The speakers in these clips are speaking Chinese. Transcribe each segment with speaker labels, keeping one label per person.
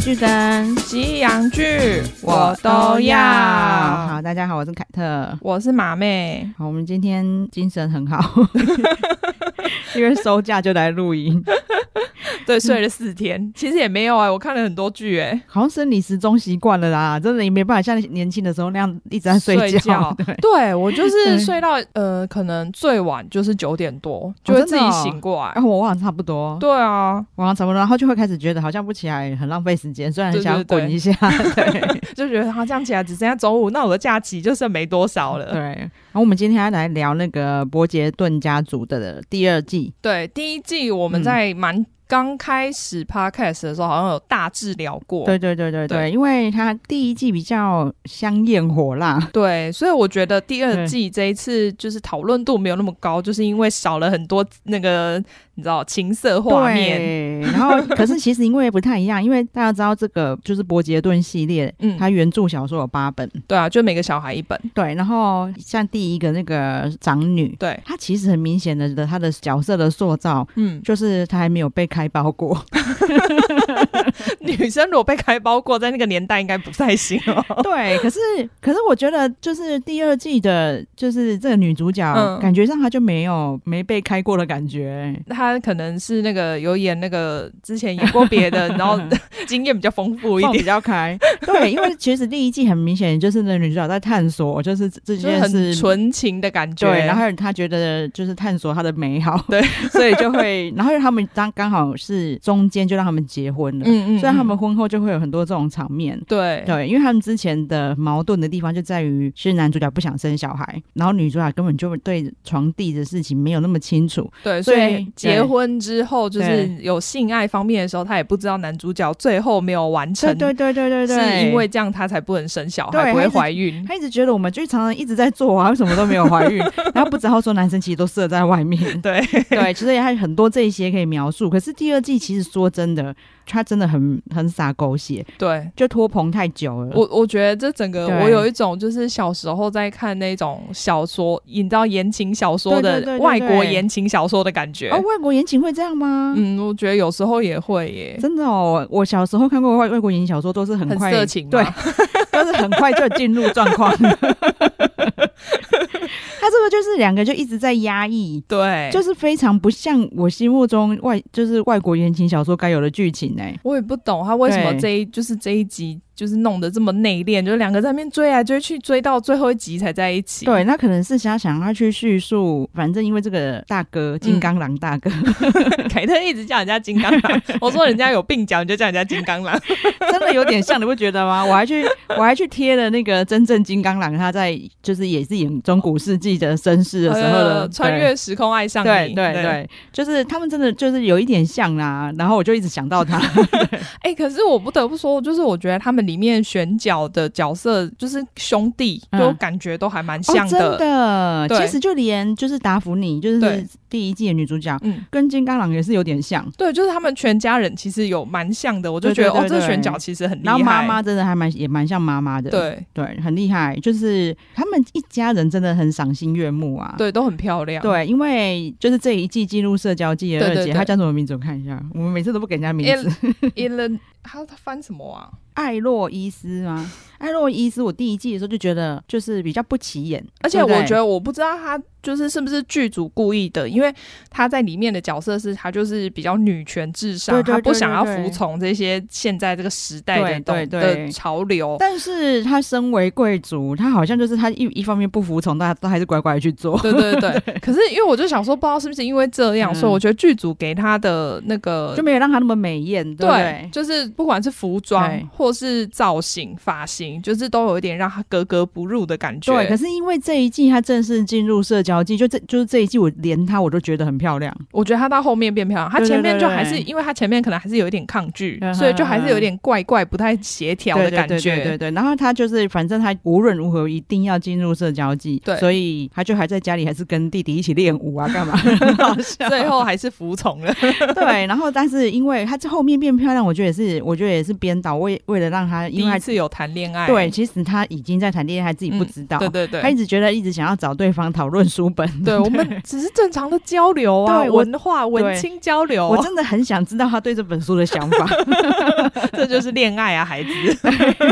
Speaker 1: 剧灯、
Speaker 2: 西洋剧我都要。
Speaker 1: 好，大家好，我是凯特。
Speaker 2: 我是马妹，
Speaker 1: 好，我们今天精神很好， 因为收假就来录音，
Speaker 2: 对，睡了四天， 其实也没有哎、我看了很多剧哎、
Speaker 1: 好像生理时钟习惯了啦，真的也没办法像年轻的时候那样一直在睡
Speaker 2: 睡觉
Speaker 1: 对，
Speaker 2: 对我就
Speaker 1: 对
Speaker 2: 是睡到呃，可能最晚就是九点多，就会
Speaker 1: 真
Speaker 2: 自
Speaker 1: 的
Speaker 2: 己
Speaker 1: 哦
Speaker 2: 醒过来。
Speaker 1: 然后我晚上差不多，
Speaker 2: 对啊，
Speaker 1: 晚上差不多，然后就会开始觉得好像不起来很浪费时间，虽然很
Speaker 2: 对
Speaker 1: 想要
Speaker 2: 对对
Speaker 1: 滚一 下，对
Speaker 2: 就觉得他这样起来只剩下周五，那我的假期就剩没多少
Speaker 1: 对。
Speaker 2: 了。
Speaker 1: 然后我们今天要来聊那个伯杰顿家族的第二季，
Speaker 2: 对，第一季我们
Speaker 1: 嗯
Speaker 2: 在蛮刚开始 podcast 的时候，好像有大致聊过。
Speaker 1: 对对对对对，
Speaker 2: 哦对
Speaker 1: 因为它第一季比较香艳火辣，
Speaker 2: 对，所以我觉得第
Speaker 1: 对
Speaker 2: 二季这一次就是讨论度没有那么高，就是因为少了很多那个你知道情色画面。
Speaker 1: 对，然后可是其实因为不太一样，因为大家知道这个就是伯杰顿系列，
Speaker 2: 嗯，
Speaker 1: 它原著小说有八本，
Speaker 2: 对啊，就每个小孩一本。
Speaker 1: 对，然后像第一个那个长女。
Speaker 2: 对，
Speaker 1: 她其实很明显的，她的角色的塑造
Speaker 2: 嗯，
Speaker 1: 就是她还没有被开包过。
Speaker 2: 女生如果被开包过，在那个年代应该不太行 哦。
Speaker 1: 对，可是可是我觉得就是第二季的，就是这个女主角，
Speaker 2: 嗯
Speaker 1: 感觉上她就没有没被开过的感觉。
Speaker 2: 她可能是那个有演那个之前演过别的， 然后经验比较丰富一
Speaker 1: 放
Speaker 2: 点
Speaker 1: 比，较开，对，因为其实第一季很明显就是那女主角在探索，就是这
Speaker 2: 就是
Speaker 1: 件
Speaker 2: 很
Speaker 1: 事
Speaker 2: 纯情的感觉。
Speaker 1: 对，然后他觉得就是探索他的美好，
Speaker 2: 对，
Speaker 1: 所以就会，然后他们刚刚好是中间就让他们结婚了，
Speaker 2: 嗯嗯，
Speaker 1: 所以他们
Speaker 2: 嗯
Speaker 1: 婚后就会有很多这种场面。
Speaker 2: 对
Speaker 1: 对，因为他们之前的矛盾的地方就在于是男主角不想生小孩，然后女主角根本就对床地的事情没有那么清楚。
Speaker 2: 对，
Speaker 1: 所
Speaker 2: 所
Speaker 1: 以
Speaker 2: 以结
Speaker 1: 对
Speaker 2: 婚之后，就是
Speaker 1: 对
Speaker 2: 有性爱方面的时候，他也不知道男主角最后没有完成，
Speaker 1: 对对对对对对，
Speaker 2: 是因为这样他才不能生小
Speaker 1: 对
Speaker 2: 孩，不
Speaker 1: 他
Speaker 2: 会
Speaker 1: 一直
Speaker 2: 怀孕。
Speaker 1: 他一直觉得我们就常常一直在做啊，为什么都没有 怀孕？然后不知道说男生其实都射在外面。
Speaker 2: 对
Speaker 1: 对，其实还有很多这一些可以描述。可是第二季其实说真的，他真的很很洒狗血，
Speaker 2: 对。
Speaker 1: 就拖棚太久了。
Speaker 2: 我我觉得这整个
Speaker 1: 对
Speaker 2: 我有一种就是小时候在看那种小说，你知道言情小说
Speaker 1: 对对对
Speaker 2: 的
Speaker 1: 对
Speaker 2: 外国
Speaker 1: 对
Speaker 2: 言情小说的感觉
Speaker 1: 哦，。外国言情会这样吗？
Speaker 2: 嗯，我觉得有时候也会耶。
Speaker 1: 真的哦，我小时候看过外外国言情小说，都是很
Speaker 2: 很
Speaker 1: 快
Speaker 2: 色情吗
Speaker 1: 对，都是很快就进入状况。 他这个就是两个就一直在压抑，
Speaker 2: 对，
Speaker 1: 就是是非常不像我心目中外就是外国言情小说该有的剧情哎、
Speaker 2: 我也不懂他为什么
Speaker 1: 对
Speaker 2: 这一就是这一集就是弄得这么内敛，就是两个在那边追来追去，追到最后一集才在一起。
Speaker 1: 对，那可能是想想要去叙述，反正因为这个大哥
Speaker 2: 嗯
Speaker 1: 金刚狼大哥、
Speaker 2: 凯特一直叫人家金刚狼， 我说人家有鬓角，你就叫人家金刚狼。
Speaker 1: 真的有点像，你不觉得吗？我还去我还去贴了那个真正金刚狼，他在就是也是演中古世纪的绅士的时候的、
Speaker 2: 呃穿越时空爱上
Speaker 1: 对。
Speaker 2: 你，
Speaker 1: 对对对，就是他们真的就是有一点像啦、然后我就一直想到 他，
Speaker 2: 哎、可是我不得不说，就是我觉得他们里面选角的角色，就是兄弟，
Speaker 1: 嗯
Speaker 2: 就感觉都还蛮
Speaker 1: 哦，
Speaker 2: 像
Speaker 1: 真
Speaker 2: 的。
Speaker 1: 的，
Speaker 2: 对
Speaker 1: 其实就连就是达芙妮，就
Speaker 2: 对
Speaker 1: 是第一季的女主角，
Speaker 2: 嗯，
Speaker 1: 跟金刚狼也是有点像，
Speaker 2: 对，就是他们全家人其实有蛮像的，我就觉
Speaker 1: 对
Speaker 2: 得
Speaker 1: 对对
Speaker 2: 哦，这个
Speaker 1: 对
Speaker 2: 选角其实很厉害。
Speaker 1: 然后妈妈真的还蛮也蛮像妈妈的，
Speaker 2: 对
Speaker 1: 对，很厉害，就是他们一家人真的很赏心悦目啊。
Speaker 2: 对都很漂亮。
Speaker 1: 对，因为就是这一季进入社交季的
Speaker 2: 对
Speaker 1: 二
Speaker 2: 对
Speaker 1: 姐，
Speaker 2: 对哎
Speaker 1: 她叫什么名字？我看一下，我们每次都不给人家名字。
Speaker 2: ，Ellen，他他翻什么啊？
Speaker 1: 艾洛伊斯吗？艾洛伊斯，我第一季的时候就觉得就是比较不起眼，
Speaker 2: 而且
Speaker 1: 对不对
Speaker 2: 我觉得我不知道他就是是不是剧组故意的，因为他在里面的角色是他就是比较女权至上，
Speaker 1: 对对对
Speaker 2: 他不想要
Speaker 1: 对对
Speaker 2: 服从这些现在这个时代的东
Speaker 1: 对对对
Speaker 2: 的潮流。
Speaker 1: 但是她身为贵族，她好像就是她一一方面不服从，但她还是乖乖去做。
Speaker 2: 对对对， 可是因为我就想说，不知道是不是因为这样，
Speaker 1: 嗯
Speaker 2: 所以我觉得剧组给他的那个
Speaker 1: 就没有让她那么美艳，对不
Speaker 2: 对
Speaker 1: 对，？
Speaker 2: 就是不管是服装
Speaker 1: 对
Speaker 2: 或是造型、发型，就是都有一点让他格格不入的感觉。
Speaker 1: 对，可是因为这一季她正式进入社交季，就这就是这一季，我连她我都觉得很漂亮。
Speaker 2: 我觉得她到后面变漂亮，她
Speaker 1: 对对
Speaker 2: 前面就还是
Speaker 1: 对对
Speaker 2: 因为她前面可能还是有一点抗拒
Speaker 1: 嗯，哼嗯
Speaker 2: 所以就还是有点怪怪、不太协调的感
Speaker 1: 对对对对
Speaker 2: 觉。
Speaker 1: 对然后他就是，反正他无论如何一定要进入社交季，
Speaker 2: 对
Speaker 1: 所以他就还在家里还是跟弟弟一起练 舞啊，干嘛？很好笑。
Speaker 2: 最后还是服从了，
Speaker 1: 对，然后但是因为他这后面变漂亮，我觉得也是，我觉得也是编导为为了让他，
Speaker 2: 第
Speaker 1: 因为
Speaker 2: 一
Speaker 1: 他
Speaker 2: 次有谈恋爱，嗯
Speaker 1: 对，其实他已经在谈恋爱，他自己不知道。
Speaker 2: 对对对，
Speaker 1: 他一直觉得一直想要找对方讨论书本，
Speaker 2: 对我们只是正常的交流啊，
Speaker 1: 对我
Speaker 2: 文化文青交流，
Speaker 1: 我真的很想知道他对这本书的想 法。
Speaker 2: 这就是恋爱啊，孩子。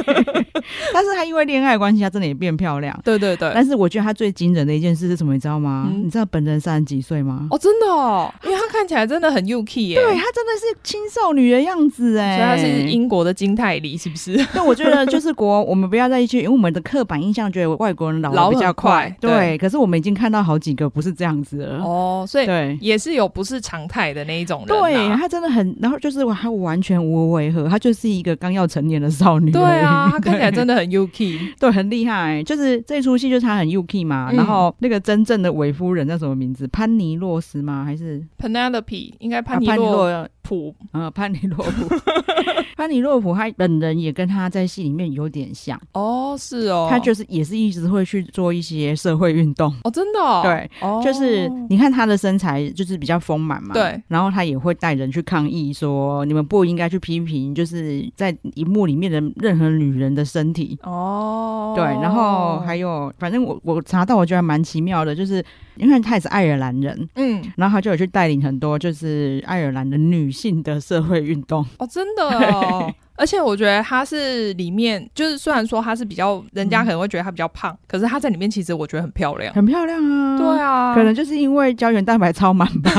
Speaker 1: 但是他因为恋爱的关系，他真的也变漂亮。
Speaker 2: 对对对，
Speaker 1: 但是我觉得他最惊人的一件事是什么，你知道吗？
Speaker 2: 嗯
Speaker 1: 你知道本人三十几岁吗？
Speaker 2: 哦，真的哦，因为他看起来真的很 UK 耶、
Speaker 1: 对，她真的是青少女的样子哎、
Speaker 2: 所以他是英国的金泰梨，是不是？
Speaker 1: 对，我觉得就是国，我们不要在一起，因为我们的刻板印象觉得外国人老
Speaker 2: 老
Speaker 1: 得比
Speaker 2: 很
Speaker 1: 较
Speaker 2: 快
Speaker 1: 对。
Speaker 2: 对
Speaker 1: 可是我们已经看到好几个不是这样子了。
Speaker 2: 哦，所以
Speaker 1: 对
Speaker 2: 也是有不是常态的那一种人、
Speaker 1: 对，
Speaker 2: 啊。
Speaker 1: 她真的很，然后就是她完全无违和，她就是一个刚要成年的少女而已。
Speaker 2: 啊，他看起来
Speaker 1: 对
Speaker 2: 真的很 UK。
Speaker 1: 对很厉害、就是这出戏就是她很 UK 嘛，
Speaker 2: 嗯
Speaker 1: 然后那个真正的韦夫人叫什么名字？潘尼洛斯吗？还是
Speaker 2: Penelope 应该
Speaker 1: 啊
Speaker 2: 潘尼
Speaker 1: 潘尼
Speaker 2: 洛
Speaker 1: 洛
Speaker 2: 普，
Speaker 1: 呃，潘尼洛普， 潘尼洛普，他本人也跟他在戏里面有点像，
Speaker 2: 哦，是哦，
Speaker 1: 他就是也是一直会去做一些社会运动，
Speaker 2: 哦，真的、哦，
Speaker 1: 对，
Speaker 2: 哦，
Speaker 1: 就是你看他的身材就是比较丰满嘛，
Speaker 2: 对，
Speaker 1: 然后他也会带人去抗议说，你们不应该去批评，就是在荧幕里面的任何女人的身体。
Speaker 2: 哦，
Speaker 1: 对，然后还有，反正我我查到，我觉得蛮奇妙的，就是因为他也是爱尔兰人，
Speaker 2: 嗯，
Speaker 1: 然后他就有去带领很多就是爱尔兰的女性的社会运动。
Speaker 2: 哦，真的 哦。而且我觉得他是里面，就是虽然说他是比较，人家可能会觉得他比较胖，可是他在里面其实我觉得很漂亮。
Speaker 1: 很漂亮啊，
Speaker 2: 对啊，
Speaker 1: 可能就是因为胶原蛋白超满吧。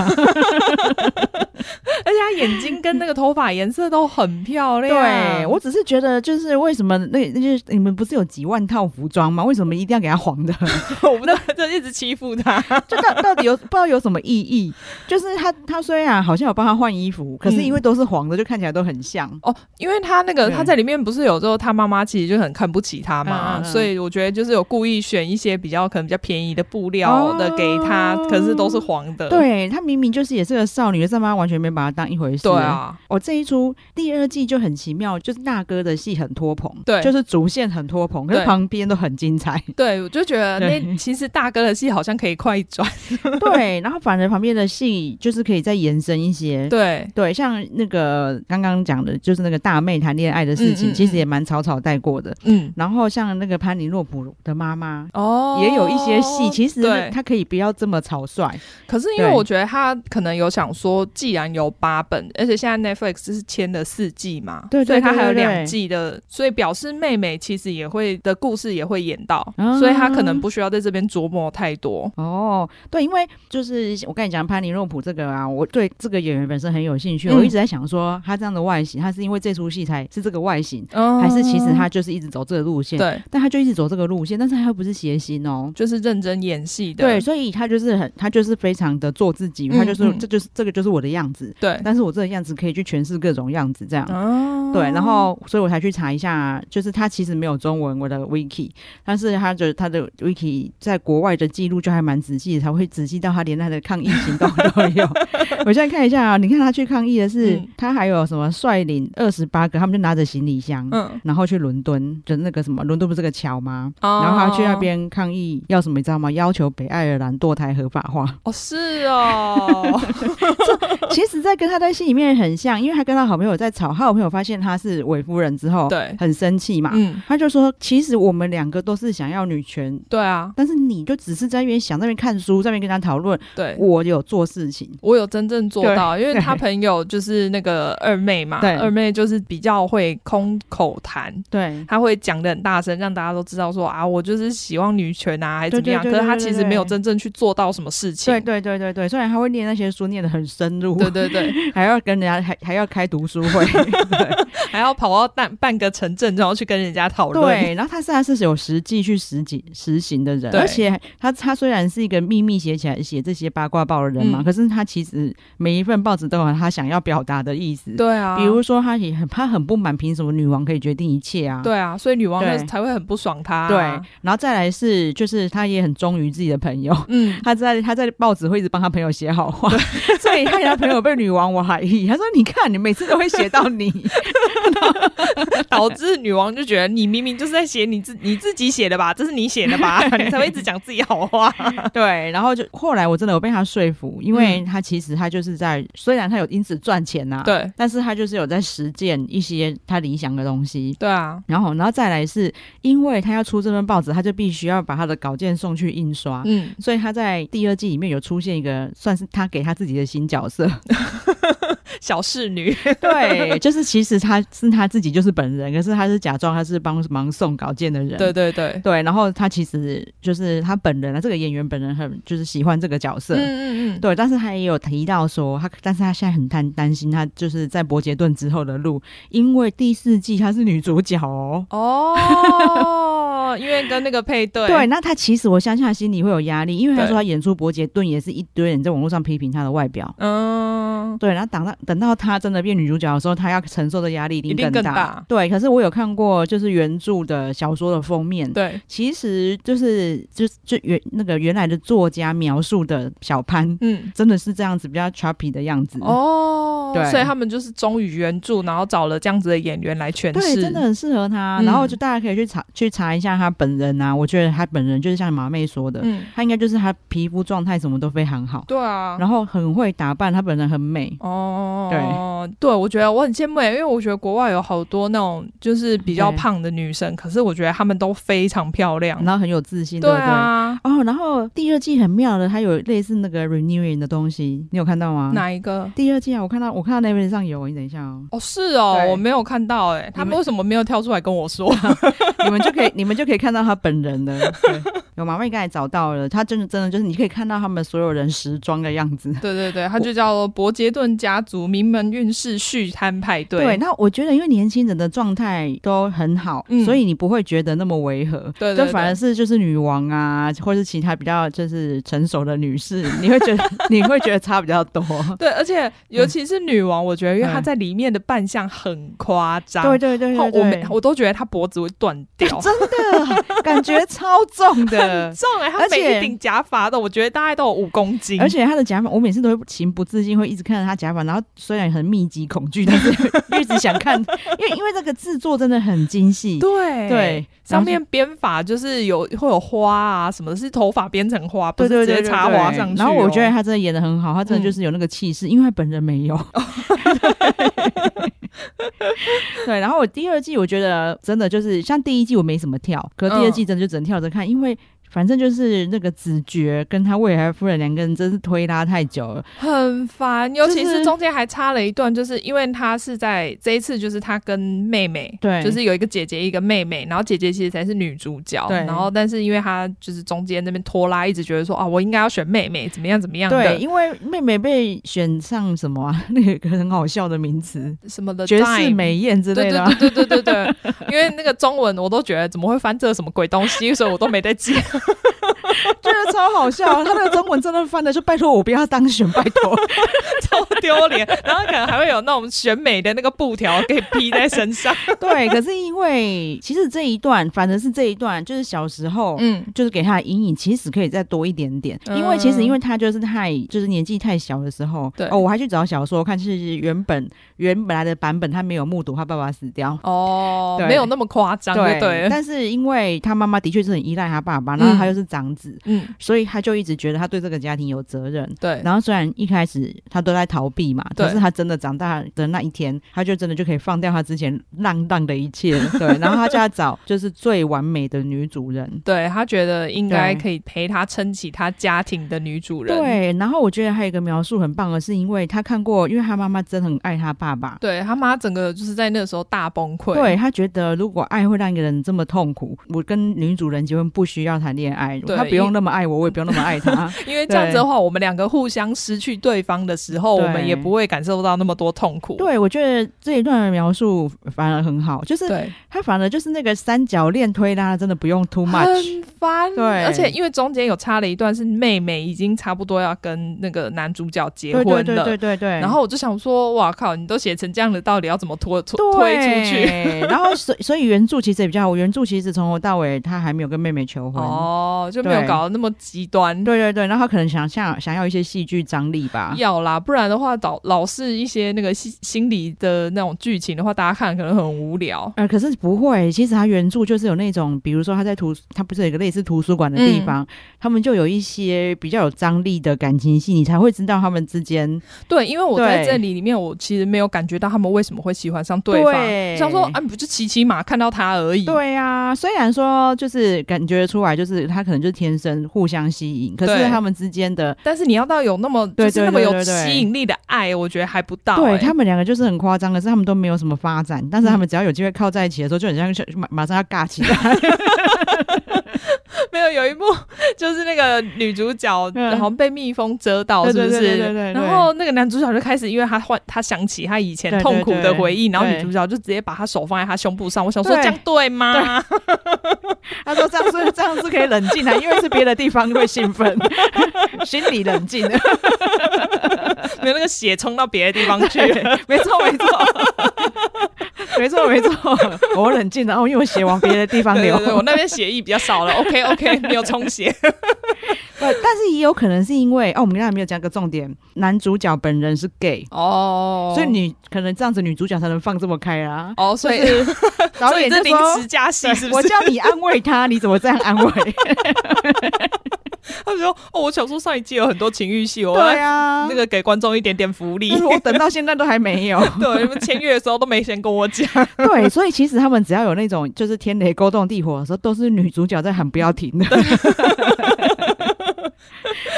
Speaker 2: 而且他眼睛跟那个头发颜色都很漂亮。
Speaker 1: 对啊我只是觉得，就是为什么那那就是你们不是有几万套服装吗？为什么一定要给它黄 的？
Speaker 2: 我不知道，就一直欺负他。
Speaker 1: 就到到底有不知道有什么意义？就是他他虽然好像有帮他换衣服，可是因为都是黄的，就看起来都很像。
Speaker 2: 哦，因为他那个
Speaker 1: 对
Speaker 2: 他在里面不是有时候他妈妈其实就很看不起他嘛，
Speaker 1: 嗯嗯嗯
Speaker 2: 所以我觉得就是有故意选一些比较可能比较便宜的布料的给他，
Speaker 1: 哦
Speaker 2: 可是都是黄的。
Speaker 1: 对她明明就是也是个少女，但妈妈完全没把她当一回事。
Speaker 2: 对，啊，
Speaker 1: 我、这一出第二季就很奇妙，就是大哥的戏很拖棚，
Speaker 2: 对
Speaker 1: 就是主线很拖棚，可是
Speaker 2: 对
Speaker 1: 旁边都很精彩。
Speaker 2: 对，我就觉得那
Speaker 1: 对
Speaker 2: 其实大哥的戏好像可以快转。
Speaker 1: 对，然后反而旁边的戏就是可以再延伸一些。
Speaker 2: 对，
Speaker 1: 对，像那个刚刚讲的，就是那个大妹谈恋爱的事情，
Speaker 2: 嗯嗯嗯
Speaker 1: 其实也蛮草草带过的。
Speaker 2: 嗯，
Speaker 1: 然后像那个潘尼洛普的妈妈。
Speaker 2: 哦，
Speaker 1: 也有一些戏，其实
Speaker 2: 对
Speaker 1: 她可以不要这么草率，
Speaker 2: 可是因为
Speaker 1: 对
Speaker 2: 我觉得他可能有想说，既然有八本，而且现在 Netflix 是签了四季嘛，
Speaker 1: 对对
Speaker 2: 所以他
Speaker 1: 对
Speaker 2: 还有
Speaker 1: 对
Speaker 2: 两季的，所以表示妹妹其实也会的故事也会演到，
Speaker 1: 啊
Speaker 2: 所以他可能不需要在这边琢磨太多。
Speaker 1: 哦，对，因为就是我跟你讲潘尼洛普这个啊，我对这个演员本身很有兴趣，
Speaker 2: 嗯
Speaker 1: 我一直在想说他这样的外形，他是因为这出戏才是这个外形，还是其实他就是一直走这个路线？，
Speaker 2: 哦嗯对，
Speaker 1: 但他就一直走这个路线，但是他又不是谐星哦。
Speaker 2: 就是认真演戏的，
Speaker 1: 对，所以他就是很，他就是非常的做自己，
Speaker 2: 嗯
Speaker 1: 他就是、
Speaker 2: 嗯
Speaker 1: 这就是这个就是我的样子，
Speaker 2: 对，
Speaker 1: 但是我这个样子可以去诠释各种样子这样。
Speaker 2: 啊
Speaker 1: 对，然后所以我才去查一下，就是他其实没有中文我的 wiki，但是他的他的 wiki 在国外的记录就还蛮仔细的，才会仔细到他连他的抗议行动都 有。我现在看一下啊，你看他去抗议的是，
Speaker 2: 嗯
Speaker 1: 他还有什么率领二十八个，他们就拿着行李箱。
Speaker 2: 嗯，
Speaker 1: 然后去伦敦的那个什么，伦敦不是个桥吗？
Speaker 2: 然
Speaker 1: 然后他去那边抗议，要什么你知道吗？要求北爱尔兰堕胎合法化。
Speaker 2: 哦，是哦，
Speaker 1: 其实，在跟他在戏里面很像，因为他跟他好朋友在吵，他好朋友发现他是伪夫人之后，
Speaker 2: 对
Speaker 1: 很生气嘛，
Speaker 2: 嗯，
Speaker 1: 他就说，其实我们两个都是想要女权，
Speaker 2: 对啊，
Speaker 1: 但是你就只是在那边想，在那边看书，在那边跟他讨论，
Speaker 2: 对。
Speaker 1: 我有做事情。
Speaker 2: 我有真正做
Speaker 1: 对
Speaker 2: 到，因为
Speaker 1: 对
Speaker 2: 他朋友就是那个二妹嘛，
Speaker 1: 对
Speaker 2: 二妹就是比较会空口谈，
Speaker 1: 对，
Speaker 2: 她会讲的很大声，让大家都知道说啊，我就是希望女权啊，还是怎么样。
Speaker 1: 对对对
Speaker 2: 可是她
Speaker 1: 对对
Speaker 2: 其实
Speaker 1: 对
Speaker 2: 没有真正去做到什么事情。
Speaker 1: 对对对对对，虽然他会念那些书，念得很深入，
Speaker 2: 对对对，
Speaker 1: 还要跟人家还还要开读书 会， 对
Speaker 2: 还要跑到半半个城镇，然后去跟人家讨论。
Speaker 1: 对，然后他现在是有实际去实际实行的人，
Speaker 2: 对
Speaker 1: 而且他他虽然是一个秘密写起来写这些八卦报的人嘛，
Speaker 2: 嗯
Speaker 1: 可是他其实每一份报纸都有他想要表达的意思，
Speaker 2: 对啊，
Speaker 1: 比如说他也很他很不满，凭什么女王可以决定一切啊？
Speaker 2: 对啊，所以女王那
Speaker 1: 对
Speaker 2: 才会很不爽啊她、
Speaker 1: 对，然后再来是，就是他也很忠于自己的朋友，
Speaker 2: 嗯，
Speaker 1: 他在他在报纸会一直帮他朋友写好话，所以他给他朋友友被女王我还意，他说你看你每次都会写到你，
Speaker 2: 导致女王就觉得你明明就是在写你自你自己写的吧，这是你写的 吧，你才会一直讲自己好话。
Speaker 1: 对，然后就后来我真的有被他说服，因为他其实他就是在，虽然他有因此赚钱呐、
Speaker 2: 嗯对
Speaker 1: 但是他就是有在实践一些他理想的东西。
Speaker 2: 对啊，
Speaker 1: 然后，然后再来是因为他要出这份报纸，他就必须要把他的稿件送去印刷，
Speaker 2: 嗯，
Speaker 1: 所以他在第二季里面有出现一个算是他给他自己的新角 色，
Speaker 2: 小侍女，
Speaker 1: 对，就是其实他是他自己就是本人，可是他是假装他是帮忙送稿件的人，
Speaker 2: 对对对，
Speaker 1: 对，然后他其实就是他本人啊，这个演员本人很就是喜欢这个角色。
Speaker 2: 嗯嗯嗯，
Speaker 1: 对，但是他也有提到说，他但是他现在很担担心，他就是在伯杰顿之后的路，因为第四季她是女主角哦。
Speaker 2: 哦，因为跟那个配对，
Speaker 1: 对，，那他其实我相信他心里会有压力，因为他
Speaker 2: 对
Speaker 1: 说他演出伯杰顿也是一堆人在网络上批评他的外表。
Speaker 2: 嗯，
Speaker 1: 对，然后等到等到她真的变女主角的时候，她要承受的压力一定
Speaker 2: 一定
Speaker 1: 更
Speaker 2: 更
Speaker 1: 大。
Speaker 2: 大
Speaker 1: 对，可是我有看过，就是原著的小说的封面，
Speaker 2: 对，
Speaker 1: 其实就是就是就原那个原来的作家描述的小潘，
Speaker 2: 嗯。
Speaker 1: 真的是这样子比较 chubby 的样子。
Speaker 2: 哦
Speaker 1: 对，
Speaker 2: 所以他们就是忠于原著，然后找了这样子的演员来诠
Speaker 1: 对，
Speaker 2: 释，
Speaker 1: 真的很适合他。
Speaker 2: 嗯
Speaker 1: 然后就大家可以去查去查一下他本人啊，我觉得他本人就是像马妹说的，
Speaker 2: 嗯，
Speaker 1: 他应该就是他皮肤状态什么都非常好，
Speaker 2: 对啊，
Speaker 1: 然后很会打扮，他本人很美。
Speaker 2: 哦，对，我觉得我很羡慕欸耶，因为我觉得国外有好多那种就是比较
Speaker 1: 对
Speaker 2: 胖的女生，可是我觉得她们都非常漂亮
Speaker 1: 然。后很有自信，
Speaker 2: 哦对
Speaker 1: 对不对？
Speaker 2: 啊，
Speaker 1: 哦，然后第二季很妙的，它有类似那个 renewing 的东西，你有看到吗？
Speaker 2: 哪一个？，
Speaker 1: 第二季啊，我看到我看到那边上有，你等一下哦
Speaker 2: 哦，是哦
Speaker 1: 对，
Speaker 2: 我没有看到哎，他们为什么没有跳出来跟我说？
Speaker 1: 你们就可以你们就可以看到他本人了。对，有马妹刚才找到了，他真的真的就是你可以看到他们所有人时装的样子。
Speaker 2: 对 对对，他就叫伯杰顿家族名门运势续摊派对。
Speaker 1: 那我觉得因为年轻人的状态都很好，
Speaker 2: 嗯
Speaker 1: 所以你不会觉得那么违和。
Speaker 2: 对对
Speaker 1: 就反而是就是女王啊，或是其他比较就是成熟的女士，你会觉得你会觉得差比较 多。
Speaker 2: 对，而且尤其是女王，我觉得因为她
Speaker 1: 嗯
Speaker 2: 在里面的扮相很夸张，
Speaker 1: 对对对对
Speaker 2: 我每
Speaker 1: 对，。
Speaker 2: 我都觉得她脖子会断 掉
Speaker 1: 真的感觉超重的
Speaker 2: 很。重 哎、欸，
Speaker 1: 而
Speaker 2: 他
Speaker 1: 且
Speaker 2: 每一顶假发的，我觉得大概都有五公斤，
Speaker 1: 而且他的假发，我每次都会情不自禁会一直看着他假发，然后虽然很密集恐惧，但是 一直想看，因为因为这个制作真的很精细。
Speaker 2: 对
Speaker 1: 对，
Speaker 2: 上面编法就是有会有花啊，什么是头发编成花，不
Speaker 1: 对
Speaker 2: 是
Speaker 1: 对
Speaker 2: 直
Speaker 1: 对
Speaker 2: 接
Speaker 1: 对
Speaker 2: 插
Speaker 1: 对
Speaker 2: 花上去、哦
Speaker 1: 然后我觉得。他真的演的很好，他真的
Speaker 2: 嗯哦
Speaker 1: 就是有那个气势，因为他本人没有。 对，然后我第二季我觉得真的就是像第一季我没什么跳，可是第
Speaker 2: 嗯
Speaker 1: 二季真的就只能跳着看，因为。反正就是那个子爵跟他未来夫人两个人真是推拉太久了，
Speaker 2: 很烦，尤其
Speaker 1: 就是是
Speaker 2: 中间还插了一段，就是因为他是在这一次，就是他跟妹妹，
Speaker 1: 对
Speaker 2: 就是有一个姐姐，一个妹妹，然后姐姐其实才是女主角，
Speaker 1: 对
Speaker 2: 然后但是因为他就是中间那边拖拉，一直觉得说啊，我应该要选妹妹，怎么样怎么样
Speaker 1: 对，
Speaker 2: 的，
Speaker 1: 因为妹妹被选上什么啊？ 那个很好笑的名词，
Speaker 2: 什么的，
Speaker 1: 绝世美艳之
Speaker 2: 对
Speaker 1: 类的啊、
Speaker 2: 呃对对对对对对，因为那个中文我都觉得怎么会翻这什么鬼东西，所以我都没在记。
Speaker 1: 觉得超好笑。啊他那个中文真的翻的，就拜托我不要当选，拜托。
Speaker 2: 超丢脸。然后可能还会有那种选美的那个布条可以披在身上。
Speaker 1: 对，可是因为其实这一段，反正是这一段，就是小时候。
Speaker 2: 嗯，
Speaker 1: 就是给他的阴影，其实可以再多一点点，
Speaker 2: 嗯
Speaker 1: 因为其实因为他就是太就是年纪太小的时候，
Speaker 2: 对
Speaker 1: 哦，我还去找小说看，是原本原本来的版本，他没有目睹他爸爸死 掉，
Speaker 2: 哦
Speaker 1: 对
Speaker 2: 没有那么夸张，对对了。
Speaker 1: 但是因为他妈妈的确是很依赖他爸爸，然后他又是长子，
Speaker 2: 嗯，
Speaker 1: 所以他就一直觉得他对这个家庭有责任。
Speaker 2: 对，
Speaker 1: 然后虽然一开始他都在逃避嘛，
Speaker 2: 对
Speaker 1: 可是他真的长大的那一天，他就真的就可以放掉他之前浪荡的一 切了，对。然后他就要找就是最完美的女主人。
Speaker 2: 对他觉得应该
Speaker 1: 对
Speaker 2: 可以陪他撑起他家庭的女主人。。
Speaker 1: 对，然后我觉得还有一个描述很棒的是，因为他看过，因为他妈妈真的很爱他爸爸，
Speaker 2: 对他妈整个就是在那个时候大崩溃，
Speaker 1: 对他觉得如果爱会让一个人这么痛苦，我跟女主人结婚不需要谈恋爱，
Speaker 2: 对
Speaker 1: 他不用那么爱我，我也不用那么爱 他，
Speaker 2: 因为这样子的话，我们两个互相失去对方的时候，
Speaker 1: 对
Speaker 2: 我们也不会感受到那么多痛苦。
Speaker 1: 对，我觉得这一段的描述反而很好，就是
Speaker 2: 对，
Speaker 1: 他反而就是那个三角恋推拉，真的不用 too much。
Speaker 2: 很烦。
Speaker 1: 对
Speaker 2: 而且因为中间有插了一段是妹妹已经差不多要跟那个男主角结
Speaker 1: 对
Speaker 2: 婚了，
Speaker 1: 对对对对对，
Speaker 2: 然后我就想说，哇靠，你都写成这样的，到底要怎么拖拖推 出去？
Speaker 1: 对，然后所所以原著其实也比较好，原著其实从头到尾他还没有跟妹妹求婚。
Speaker 2: 哦，就没有
Speaker 1: 对
Speaker 2: 搞得那么极端。
Speaker 1: 对对对，然后他可能想想想要一些戏剧张力吧。
Speaker 2: 要啦，不然的话，话，老老是一些那个心心理的那种剧情的话，大家看可能很无聊。
Speaker 1: 呃，可是不会，其实它原著就是有那种，比如说他在图，他不是有一个类似图书馆的
Speaker 2: 嗯
Speaker 1: 地方，他们就有一些比较有张力的感情戏，你才会知道他们之间
Speaker 2: 对，因为我在
Speaker 1: 对
Speaker 2: 这里里面，我其实没有感觉到他们为什么会喜欢上对方，
Speaker 1: 对
Speaker 2: 想说啊，你不就骑骑马看到他而已。
Speaker 1: 对啊，虽然说就是感觉出来，就是他可能就是天生互相吸引，可是
Speaker 2: 对
Speaker 1: 他们之间的
Speaker 2: 但是你要到有那么
Speaker 1: 对
Speaker 2: 就是那么
Speaker 1: 对对
Speaker 2: 有
Speaker 1: 对对
Speaker 2: 吸引力的爱，我觉得还不到、
Speaker 1: 对
Speaker 2: 欸
Speaker 1: 他们两个就是很夸张，可是他们都没有什么发展，但是他们只要有机会靠在一起的时候，就很像 马马上要尬起 来。
Speaker 2: 没有有一幕就是那个女主角
Speaker 1: 嗯
Speaker 2: 好像被蜜蜂蛰到，
Speaker 1: 对
Speaker 2: 是不
Speaker 1: 对
Speaker 2: 是？
Speaker 1: 对对对对对
Speaker 2: 然后那个男主角就开始，因为他幻他想起他以前
Speaker 1: 对对
Speaker 2: 痛苦的回忆，
Speaker 1: 对
Speaker 2: 然后
Speaker 1: 对
Speaker 2: 女主角就直接把他手放在他胸部上。我想说
Speaker 1: 对
Speaker 2: 这样对吗？
Speaker 1: 他说这样是这样是可以冷静的、啊因为是别的地方会兴 奋，心里冷静。
Speaker 2: 没有那个血冲到别的地方 去。
Speaker 1: 没错没错，没错没错，我冷静，然哦后因为我血往别的地方
Speaker 2: 对
Speaker 1: 流。
Speaker 2: 对对，我那边血液比较少了。OK OK，没有充血。
Speaker 1: 不但是也有可能是因为哦，我们刚才没有讲一个重点，男主角本人是 gay，、
Speaker 2: 哦
Speaker 1: 所以女可能这样子女主角才能放这么开啦。
Speaker 2: 哦，所以
Speaker 1: 导
Speaker 2: 所以
Speaker 1: 演
Speaker 2: 这
Speaker 1: 就
Speaker 2: 临
Speaker 1: 说
Speaker 2: 时。加戏
Speaker 1: 对
Speaker 2: 是不
Speaker 1: 我
Speaker 2: 是？
Speaker 1: 叫你安慰他，你怎么这样安慰？
Speaker 2: 他说哦，我想说上一季有很多情欲戏，我
Speaker 1: 对
Speaker 2: 要
Speaker 1: 啊，嗯
Speaker 2: 那个给观众一点点福利
Speaker 1: 但。是我等到现在都还没有。
Speaker 2: 对，你们签约的时候都没先跟我讲。
Speaker 1: 对，所以其实他们只要有那种就是天雷勾动地火的时候，都是女主角在喊不要停的。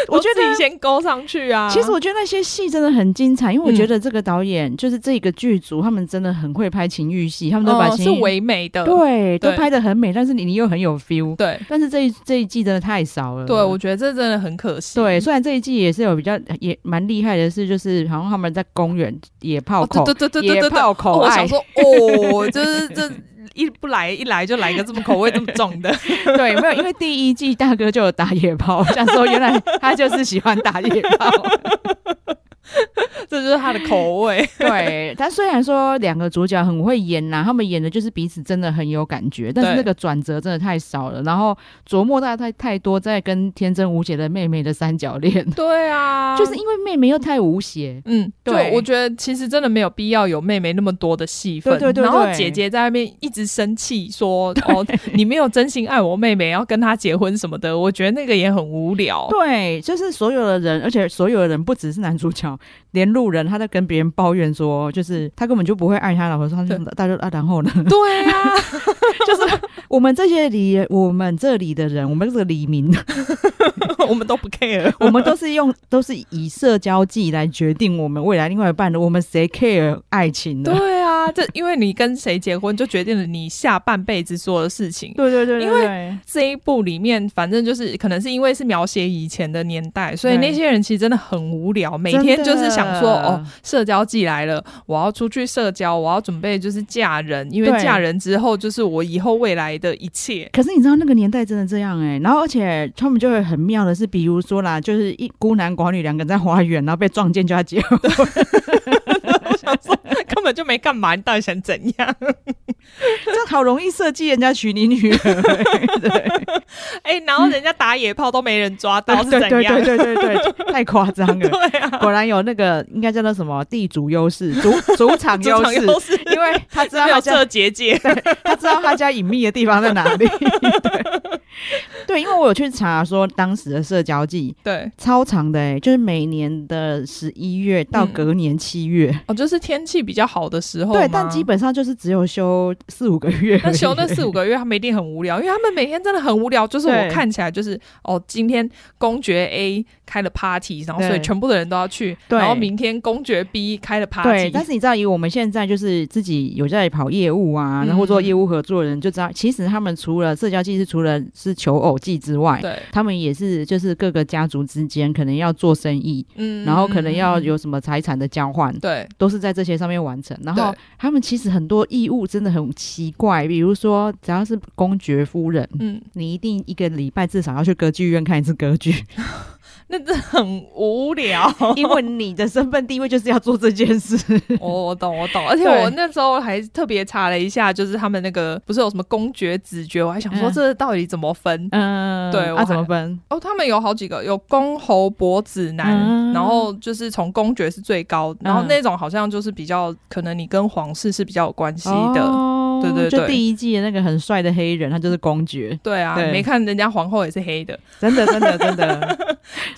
Speaker 1: 我觉
Speaker 2: 自己
Speaker 1: 得。
Speaker 2: 先勾上去啊。嗯
Speaker 1: 其实我觉得那些戏真的很精彩，因为我觉得这个导演、就是这个剧组，他们真的很会拍情欲戏，他们都把
Speaker 2: 哦是
Speaker 1: 情欲、
Speaker 2: 唯美的，
Speaker 1: 对都
Speaker 2: 对
Speaker 1: 拍的很美，但是你你又很有 feel。
Speaker 2: 对
Speaker 1: 但是这一这一季真的太少了。
Speaker 2: 对，我觉得这真的很可惜。
Speaker 1: 对，虽然这一季也是有比较也蛮厉害的是，就是好像他们在公园野炮
Speaker 2: 哦，对
Speaker 1: 口，
Speaker 2: 对对对对
Speaker 1: 野
Speaker 2: 对对，
Speaker 1: 炮
Speaker 2: 哦
Speaker 1: 口
Speaker 2: 我
Speaker 1: 爱
Speaker 2: 想，说，哦，就是这一不来一来就来一个这么口味这么重的，
Speaker 1: 对，没有，因为第一季大哥就有打野炮，我想说原来他就是喜欢打野 炮。
Speaker 2: 这就是他的口味。
Speaker 1: 对，他虽然说两个主角很会演啦、他们演的就是彼此真的很有感觉，但是
Speaker 2: 对
Speaker 1: 那个转折真的太少了，然后琢磨到太太多在跟天真无邪的妹妹的三角恋，
Speaker 2: 对啊
Speaker 1: 就是。因为妹妹又太无邪。
Speaker 2: 嗯，就
Speaker 1: 对
Speaker 2: 我觉得其实真的没有必要有妹妹那么多的戏份，
Speaker 1: 对对对对
Speaker 2: 然后姐姐在那边一直生气说：“哦，你没有真心爱我妹妹，要跟她结婚什么的。”我觉得那个也很无聊。
Speaker 1: 对，就是所有的人，而且所有的人不只是男主角，连路人他在跟别人抱怨说，就是他根本就不会爱他老婆，说他就他就啊，然后呢？
Speaker 2: 对啊，
Speaker 1: 我们这些里，我们这里的人，我们这个黎 明，
Speaker 2: 我们都不 care。
Speaker 1: 我们都是用都是以社交技来决定我们未来另外一半的，我们谁 care 爱情呢？
Speaker 2: 对啊，这因为你跟谁结婚，就决定了你下半辈子所有的事情。
Speaker 1: 对对对对
Speaker 2: 因
Speaker 1: 为
Speaker 2: 这一部里面，反正就是可能是因为是描写以前的年代，所以
Speaker 1: 对
Speaker 2: 那些人其实真的很无聊，每
Speaker 1: 真的
Speaker 2: 天就是想说，哦，社交季来了，我要出去社交，我要准备就是嫁人，因为
Speaker 1: 对
Speaker 2: 嫁人之后就是我以后未来的一切。
Speaker 1: 可是你知道那个年代真的这样哎、然后而且他们就会很妙的是，比如说啦，就是一孤男寡女两个人在花园，然后被撞见就要结婚，
Speaker 2: 我想说，根本就没干嘛，你到底想怎样？
Speaker 1: 这好容易设计人家娶你女 儿、欸，对。
Speaker 2: 哎、然后人家打野炮都没人抓到， 是怎
Speaker 1: 对
Speaker 2: 样？
Speaker 1: 对对对对对对，太夸张了。
Speaker 2: 对啊，
Speaker 1: 果然有那个应该叫做什么地主优势、主 主场
Speaker 2: 主
Speaker 1: 优
Speaker 2: 场
Speaker 1: 势，
Speaker 2: 优势，
Speaker 1: 因为他知道
Speaker 2: 没
Speaker 1: 他
Speaker 2: 有
Speaker 1: 家
Speaker 2: 这结界。
Speaker 1: 他知道他家隐秘的地方在哪里。对对，因为我有去查说当时的社交季
Speaker 2: 对，
Speaker 1: 超长的、欸，就是每年的十一月到
Speaker 2: 嗯
Speaker 1: 隔年七月。
Speaker 2: 哦，就是天气比较好的时候吗。
Speaker 1: 对，但 基本上就是只有休四五个月而已。
Speaker 2: 那休那四五 个月，他们一定很无聊，因为他们每天真的很无聊。就是
Speaker 1: 对
Speaker 2: 我看起来就是哦，今天公爵 A 开了 party，然后所以
Speaker 1: 对
Speaker 2: 全部的人都要去，
Speaker 1: 对
Speaker 2: 然后明天公爵 B 开了 party，
Speaker 1: 对，但是你知道，以我们现在就是自己有在跑业务啊，然后做
Speaker 2: 嗯
Speaker 1: 业务合作的人就知道，其实他们除了社交技是除了是求偶技之外，
Speaker 2: 对，
Speaker 1: 他们也是就是各个家族之间可能要做生意，
Speaker 2: 嗯
Speaker 1: 然后可能要有什么财产的交换，
Speaker 2: 对
Speaker 1: 都是在这些上面完成。然后
Speaker 2: 对
Speaker 1: 他们其实很多义务真的很奇怪，比如说只要是公爵夫人，
Speaker 2: 嗯，
Speaker 1: 你一定一个礼拜至少要去歌剧院看一次歌剧，
Speaker 2: 那真的很无聊。
Speaker 1: 因为你的身份地位就是要做这件事。
Speaker 2: 我我懂我 懂，而且
Speaker 1: 对
Speaker 2: 我那时候还特别查了一下，就是他们那个不是有什么公爵、子爵，我还想说
Speaker 1: 嗯
Speaker 2: 这到底怎么分？
Speaker 1: 嗯，
Speaker 2: 对
Speaker 1: 那、
Speaker 2: 我还
Speaker 1: 怎么分？
Speaker 2: 哦，他们有好几个，有公侯伯子男，
Speaker 1: 嗯
Speaker 2: 然后就是从公爵是最高，然后
Speaker 1: 嗯
Speaker 2: 那种好像就是比较可能你跟皇室是比较有关系的。
Speaker 1: 哦
Speaker 2: 对对
Speaker 1: 就
Speaker 2: 对
Speaker 1: 第一季的那个很帅的黑人，他就是公爵，
Speaker 2: 对啊，
Speaker 1: 对
Speaker 2: 没看人家皇后也是黑的，
Speaker 1: 真的，真的，真 的。